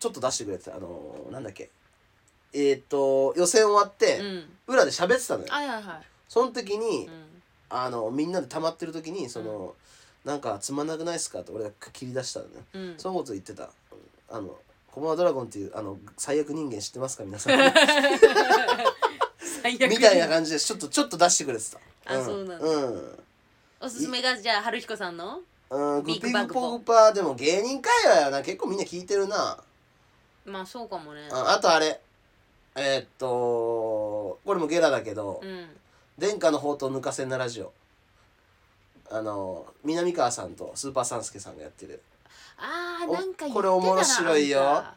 ちょっと出してくれてたあのー、なんだっけえっと予選終わって、
うん
裏で喋ってたのよ
はいはいは
その時
い、
に、
うん、
あのみんなで溜まってる時にその、なんかつまんなくないっすかって俺が切り出したのね、
うん
そのこと言ってたあの「コマドラゴン」っていうあの最悪人間知ってますか皆さん
最悪
みたいな感じでちょっとちょっと出してくれてた
あ
ん、
そうなんだ
うん
おすすめがじゃあ春彦さんの
うん、グ
ビッグ
ピ
バ
グ
ンクポ
ポグパでも芸人界隈はな結構みんな聞いてるな、
まあそうかもね
ああとあれえーっとこれもゲラだけど、
うん
殿下の宝刀抜かせんなラジオあの南川さんとスーパーサンスケさんがやってる
あー
お
なんか言ってたな
これおもろしろいよ
あんた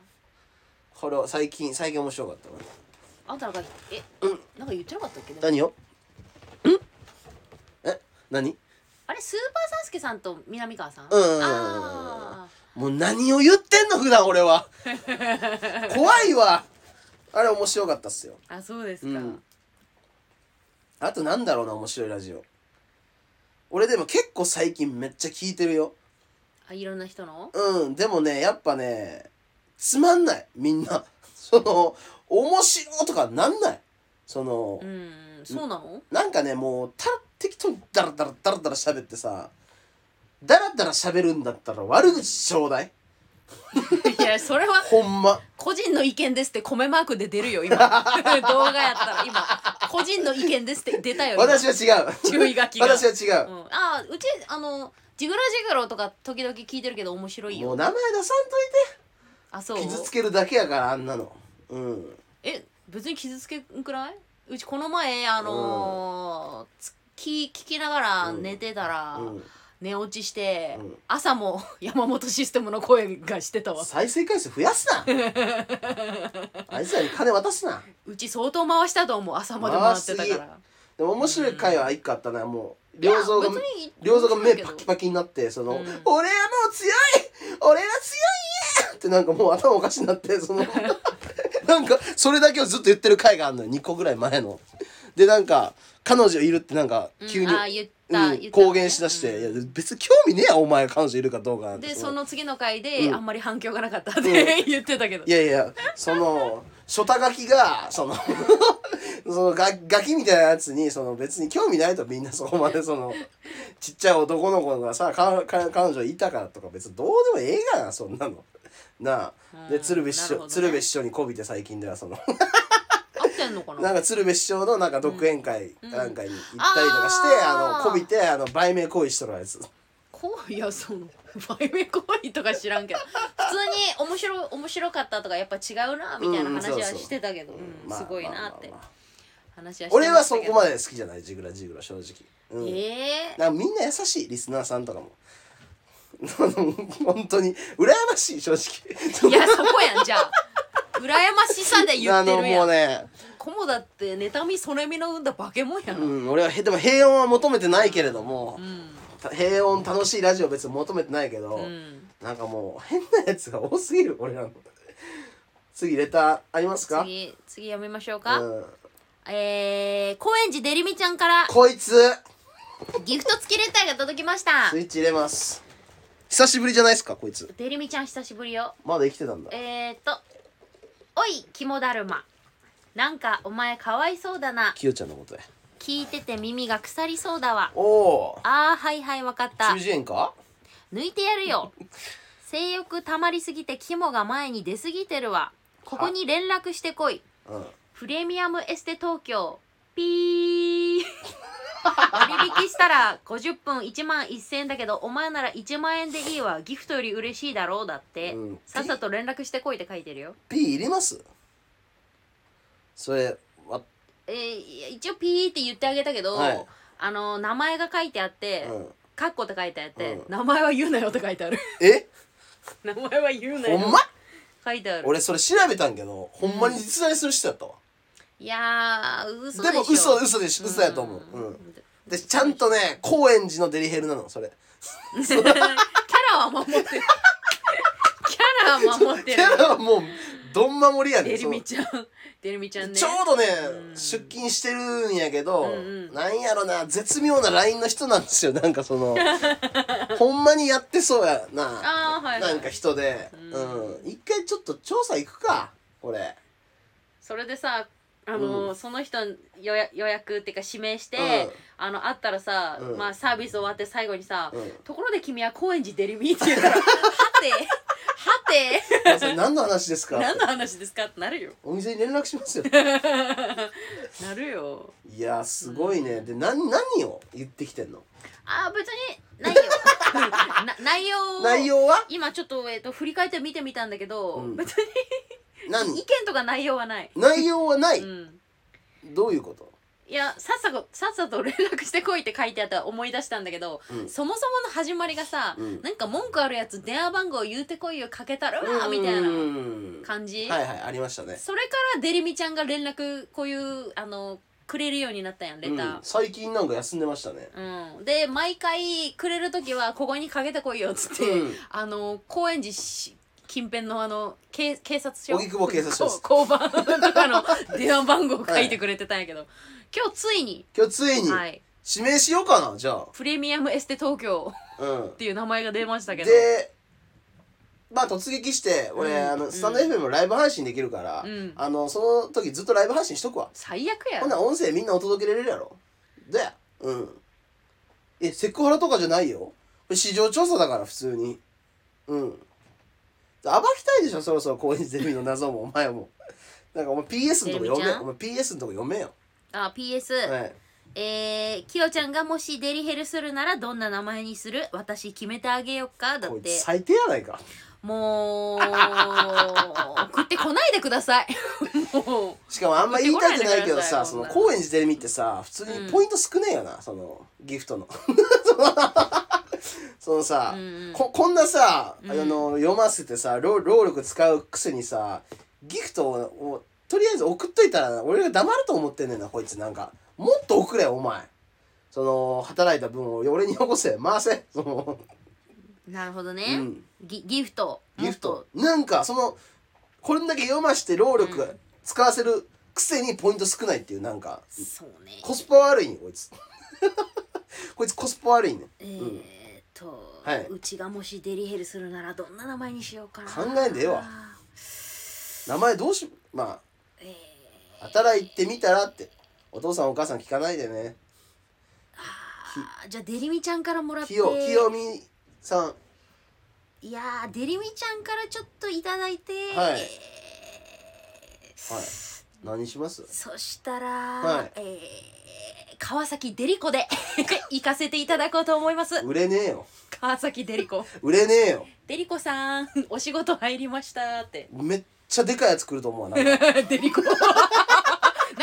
これを最近最近面白かったな
あんたなんかえ、なんか言ってなかったっけ
何をんえ何
あれスーパーサンスケさんと南川さん、
うんうんうんうん
あ
もう何を言ってんの普段俺は怖いわあれ面白かったっすよ
ーあそうですか、
うんあとなんだろうな面白いラジオ俺でも結構最近めっちゃ聞いてるよ
あいろんな人の
うんでもねやっぱねつまんないみんな その面白とかなんないその、
うんそうなの
なんかねもうたら適当にダラダラダラダラ喋ってさダラダラ喋るんだったら悪口ちょうだい
いやそれは
ほんま
個人の意見ですって米マークで出るよ 今動画やったら今個人の意見 ですって出たよ今
私は違う
注意書きが
私は違
う、
うん
あーうちあのジグラジグロとか時々聞いてるけど面白い
も
よ
う名前出さ
あそうん
といて傷つけるだけやからあんなのうん
え別に傷つけんくないうちこの前あのーつ聞聞きながら寝てたら、
うん
寝落ちして、
うん
朝も 山本システムの声がしてたわ
再生回数増や すなあいつらに金渡すな
うち相当回したと思う朝まで回ってたから
でも面白い回は一個あったなもう
いや
良三が
別に
良三が
面白い
目
けど
パキパキになってその、
うん
俺はもう強い俺は強いよってなんかもう頭おかしになって そのなんかそれだけをずっと言ってる回があるのよ2個ぐらい前のでなんか彼女いるってなんか
うん
急に、
あー言った、
うん
言ったね
公言しだして、
うん
いや別に興味ねえやお前彼女いるかどうかなんて
でその次の回で、
うん
あんまり反響がなか ったって言ってたけど、
いやいやその初タ書きがその そのガガキみたいなやつにその別に興味ないとみんなそこまでそのちっちゃい男の子がさかか彼女いたからとか別にどうでもええがなそんなの。なあで
うん
鶴瓶師
なる
匠、
ほどね
鶴瓶師匠にこびて最近ではその
合ってんのかな
なんか鶴瓶師匠のなんか独演会
うん
なんかに行ったりとかして、
うん
あ
あー
のこびてあの売名行為しとるやつ
こういやその売名行為とか知らんけど普通に面白い面白かったとかやっぱ違うなみたいな
うん
話
そう
は
そう
してたけど、うん
まあ
すごいなって
まあまあまあ
話はしてましたけど
俺はそこまで好きじゃないジグラジグラ正直、うん
ええ
なんかみんな優しいリスナーさんとかも 本当に羨ましい正直
いやそこやんじゃあ羨ましさで言
あ
って
の
るや、
もうんね、
コモだって妬みそれみの生んだ化け物やな、
う
うん
ん、俺はへでも平穏は求めてないけれども、た平穏楽しいラジオ別に求めてないけど、
うん
なんかもう変なやつが多すぎる俺らの次レターありますか
次次やめましょうか、
うん、
えー、高円寺デリミちゃんから
こいつ
ギフト付きレターが届きました
スイッチ入れます久しぶりじゃないですかこいつ
デリミちゃん久しぶりよ
まだ生きてたんだ
えー、っと「おい肝だるま」なんかお前かわいそうだな
きよちゃんのことへ
聞いてて耳が腐りそうだわ
おお
あーはいはいわかった
90円か
抜いてやるよ性欲たまりすぎて肝が前に出すぎてるわここに連絡してこい
うん
プレミアムエステ東京ピー割引したら50分1万1000円だけどお前なら1万円でいいわギフトより嬉しいだろうだって、
うん
さっさと連絡してこいって書いてるよ
P いりますそれわ
えーいや一応ピーって言ってあげたけど、
はい
あの名前が書いてあって
うん
「カッコ」って書いてあって、
うん
名前は言うなよ」って書いてある
え
名前は言うな
ほ
よ
んま
書いてある
俺それ調べたんけどほんまに実在する人やったわ
いやー嘘
で
でし
も
ょ
嘘嘘でし嘘やと思ううんでちゃんとね高円寺のデリヘルなのそれ
キャラは守ってるキャラは守って
キ
る
ャラはもうどん守りや
デ
ねん
ル
その
ミちゃんデルミちゃんね
ちょうどね、
うん
出勤してるんやけど、
うんうん
なんやろな絶妙なラインの人なんですよなんかそ のほんまにやってそうやな
あーはい、はい、
なんか人で、う
うん
ん一回ちょっと調査行くかこ れ
それでさあのー
う
その人予約予約っていうか指名して、
うん
あの会ったらさ、
うん
まあサービス終わって最後にさ、
うん
ところで君は高円寺デリミーって言うからはては て
まあそれ何の話ですか
何の話ですかってなるよ
お店に連絡しま すよ
なるよ
いやすごいねで何何を言ってきてんの
あー別に 内容な内容を
内容は
今ちょっと,、えっと振り返って見てみたんだけど、
うん
別に
何
意見とか内容はない、
内容はない、
うん
どういうこと
いやさっさとさっさと 連絡してこいって書いてあったら思い出したんだけど、
うん
そもそもの始まりがさ、
うん
なんか文句あるやつ電話番号言うてこいよかけたらうわーみたいな
な
感じ、
はいはいありましたね
それからデリミちゃんが連絡こういうあのくれるようになったやんレ
うん
タ、
最近なんか休んでましたね
ー、うんで毎回くれる時はここにかけてこいよっつって、
うん
あの高円寺市近辺のあの警警察署
荻窪警察署です
こう交番とかの電話番号書いてくれてたんやけど、今日ついに、
今日ついに、
はい、
指名しようかなじゃ
プレミアムエステ東京っ
あうん
ていう名前が出ましたけど
でまあ突撃して俺、
うん
あ
う
の
ん
スタンド FM もライブ配信できるから、
うん
あのその時ずっとライブ配信しとくわ、
最悪や
ほんなら音声みんなお届けれるやろどやうんえセクハラとかじゃないよこれ市場調査だから普通にうん暴きたいでしょそろそろ高円寺ゼミの謎もお前もなんかお前 PS のとこ
ゼミ
読
ち
め
ゃん
お前 PS のとこ読めよ、
あ PS、
はい、
えー、きよちゃんがもしデリヘルするならどんな名前にする私決めてあげよっかだっ
こい
て
つ最低やないか
もう送ってこないでください もう
しかもあんま言いたくないけど
言
さ
って
そ
こ
の
ないでください
高円寺テレミってさ普通
うん
にポイント少ねえよな、そのギフトの そのさ、
うんうん
ここんなさ、
うん
あの読ませてさ労労力使うくせにさギフトををとりあえず送っといたら俺が黙ると思ってんねんなこいつなんかもっと送れよお前その働いた分を俺によこせ回せその
なるほどね、
うん
ギギフト
ギフトなんかそのこれだけ読まして労
う
力
ん
使わせるくせにポイント少ないっていうなんか
そうね
コスパ悪いねこいつ こいつコスパ悪いね
えー、っと、
はいう
ちがもしデリヘルするならどんな名前にしようかな
考えんでええわ名前どうしま
え
あ働いてみたらってお父さんお母さん聞かないでね
あーじゃあデリミちゃんからもらって
きよきよみさん
いやーデリミちゃんからちょっといただいて、
はいはい何します
そしたら、
はい
えー川崎デリコで 行かせていただこうと思います
売れねえよ
川崎デリコ
売れねえよ
デリコさんお仕事入りました って
めっちゃでかいやつ来ると思うわな んか
デリコな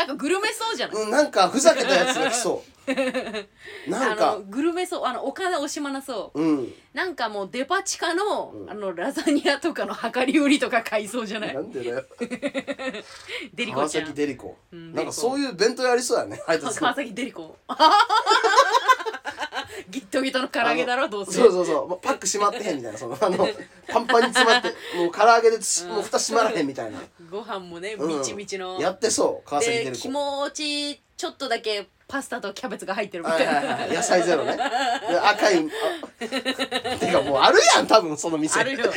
んかグルメそうじゃない、
うんなんかふざけたやつが来 そうなん
あ
か
のグルメそうあの岡田惜しまなそう
うん
なんかもうデパ地下の,、
うん
あのラザニアとかの量り売りとか買いそうじゃない
なんでだよ
デリコ
川
ちゃん
崎デリコ
うん
なんか
デリコ
そういう弁当やりそうだね配達する
川崎デリコギットギトの唐揚げだろどうせ
そうそうそうもうパック閉まってへんみたいなそのあのパンパンに詰まってもう唐揚げでつ、もう蓋閉まらへんみたいな、
ご飯もね
うん
みちみちの、
やってそう川崎出
で
る
気
子
持ちちょっとだけパスタとキャベツが入ってるみ
は
た
い
いな、
はいはい野菜ゼロねで赤いあてかもうあるやん多分その 店
あるよ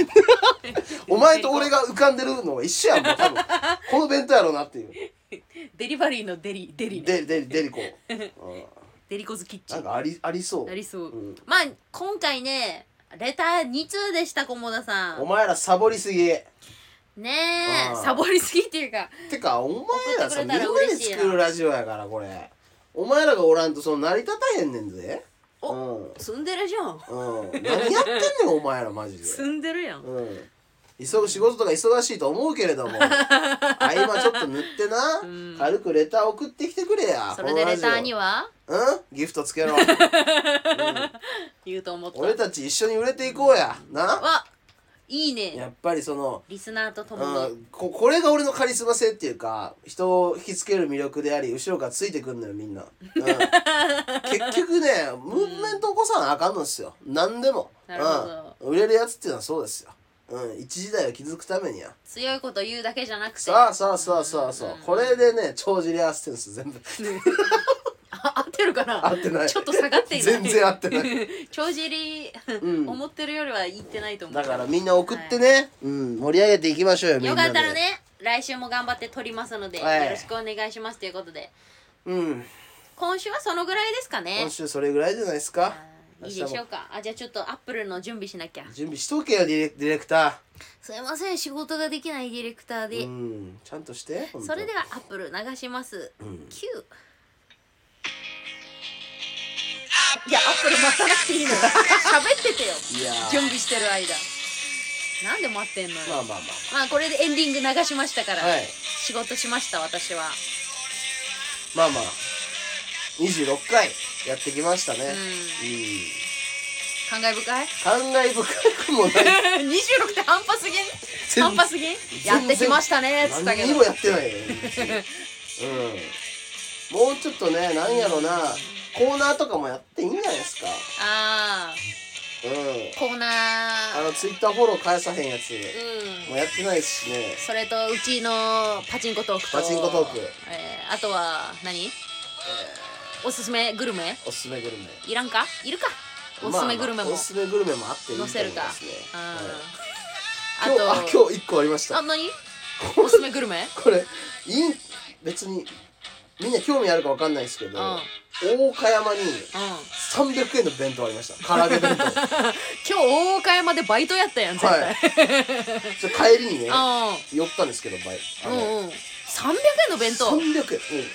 お前と俺が浮かんでるのは一緒やんもう 多分この弁当やろうなっていう
デリバリーのデリデリね
ででデリコ、うん、
デリコズキッチ
なん
ン
かありありそう
なりそう、
うん
まあ今回ねレター2通でした菰田さ
お
ん
前らサボりすぎ
ねえ
あー
サボりすぎっていうか
てかお前らさ
送
み
ってく
んな
れたら嬉
で
しいな
作るラジオやからこれお前らがおらんとその成り立たへんねんぜ
お
うん
住んでるじゃん
うん、何やってんねんお前らマジで、
住んでるやん
うん、急ぐ仕事とか忙しいと思うけ れども合間ちょっと塗ってな、
うん
軽くレター送ってきてくれや
それでレターに
は
は
うんギフトつけろ、うん
言うと思った
俺たち一緒に売れていこうやな
わいいね
やっぱりその
リスナーと
う
共に
ん、ここれが俺のカリスマ性っていうか人を引きつける魅力であり後ろからついてくんのよみんな、うん、 結局ねムーブメント起こさなあかんのですよ何でも、
なるほど
うん、売れるやつっていうのはそうですよ、うん、一時代を築くためにや
強いこと言うだけじゃなくて
さあさあさあさあさ
うん
あこれでね帳尻アステンス全部
あ合ってるかな
合ってない
ちょっと下がっていない
全然合ってない
帳尻、
うん
思ってるよりは言ってないと思う
だからみんな送ってね、うん、盛り上げていきましょうよみん
よ
なで
かったらね来週も頑張って撮りますので、
はい
よろしくお願いしますということで
うん
今週はそのぐらいですかね
今週それぐらいじゃないですか
あーいいでしょうかあじゃあちょっとアップルの準備しなきゃ
準備しとけよディレディレクタ
すいません仕事ができないディレクター
ーう
で、
んちゃんとしてほんと
それではアップル流します、キューいやアップル待たなくていいのよ 喋っててよ
いやー
準備してる間なんで待ってんのよ、
まあまあ
まあこれでエンディング流しましたから、
まあはい
仕事しました私は、
まあまあ26回やってきましたね
うん
うん
感慨深 い
感慨深くもない
26って半端すぎん
然
半端すぎんやってきましたねっつったけど
何にもやってないよ、うん、もうちょっとねなんやろなコーナーとかもやっていいんじゃないですか
あ
う
あコーナ
んあ
ー
のツイッターフォロー返さへんやつ
うん
もうやってないしね
それとうちのパチンコトークと
パチンコトーク
えーあとは何、おすすめグルメ
おすすめグルメ
いらんかいるかおすすめグルメも、
まあまあおすすめグルメもあっていい
載
と思
せる
い
か
ますね、
あー
はい
あ
今日
と
あ今日一個ありました
あ何おすすめグルメ
これいい別にみんな興味あるかわかんないですけど、
うん
大岡山に
うん
300円の弁当ありました唐揚げ弁当
今日大岡山でバイトやったやん絶対、
はいちょ帰りにね
う
寄ったんですけど倍あ
ん
の
うんうん300円の弁当
300円うん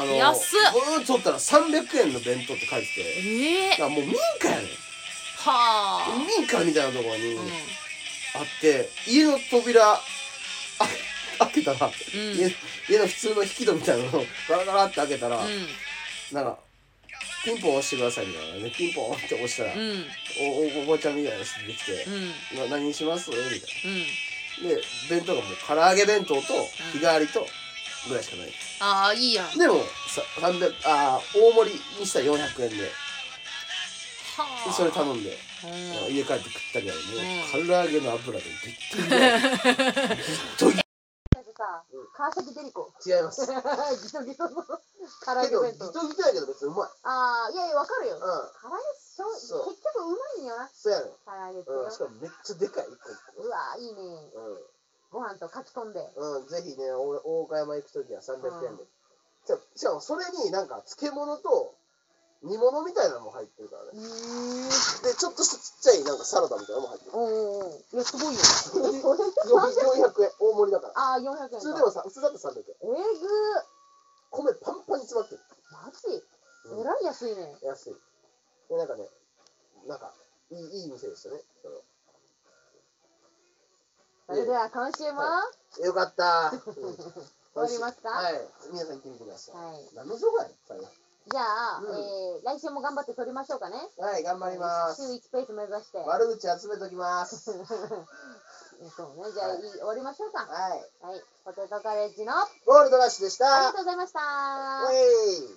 あの
安っ
ブーンと取ったら300円の弁当って書いてて
ええ
だからもう民家やね
はあ
ん民家みたいなところに
うん
あって家の扉あ開けたら、
ん
家家の普通の引き戸みたいなのをガラガラって開けたら、なんかピンポン押してくださいみたいなねピンポンって押したら、
うんうん
おおおばちゃんみたいな人出てきて
う、ん
な何にしますみたいな
うん
で弁当がもう唐揚げ弁当と日替わりとぐらいしかない
ああいいやんは
でもさ300あー大盛りにしたら400円でで
あ
それ頼んで、
うん
家帰って食ったけども
う
う唐揚げの油でびっくりぐらいびっとり
さ川崎デリコ
違います
ギトギトの唐
けどギトギトやけど別にうまい
ああいやいやわかるよ
うん
唐揚げしょ
そう
結局うまいんよな
そうやね
唐揚げって
ん、うん、しかもめっちゃでかい一個一
うわいいね
個うん
ご飯とかき込んで。
うん、ぜひね、お大岡山行くときは300円で
うん。
じゃしかもそれになんか漬物と煮物みたいなのも入ってるからね。
え
で、ちょっとしたちっちゃいなんかサラダみたいなのも入ってる。
おーおーいや、す ごいよ。
400円、大盛りだから。
ああ、400円か。
普通でもさ、普通だと300円。
えぐー
米パンパンに詰まってる。
マジ
うん
えらい安いね。
安い。で、なんかね、なんか、いいいい店でしたね。それ
それでは今週も、
ははよかった。うん
終わりますか
はい。皆さん行ってみてください。
はい。
何の紹介最後
じゃあ、
うん
えー、来週も頑張って撮りましょうかね。
はい、頑張ります。
週1ペース目指して。
悪口集めときます。はい。
そうね。じゃあ、
はい
い、終わりましょうか。はい。ポテトカレッジの、あ
ゴールドラッシュでし
りが
た
と。うございました。
おい。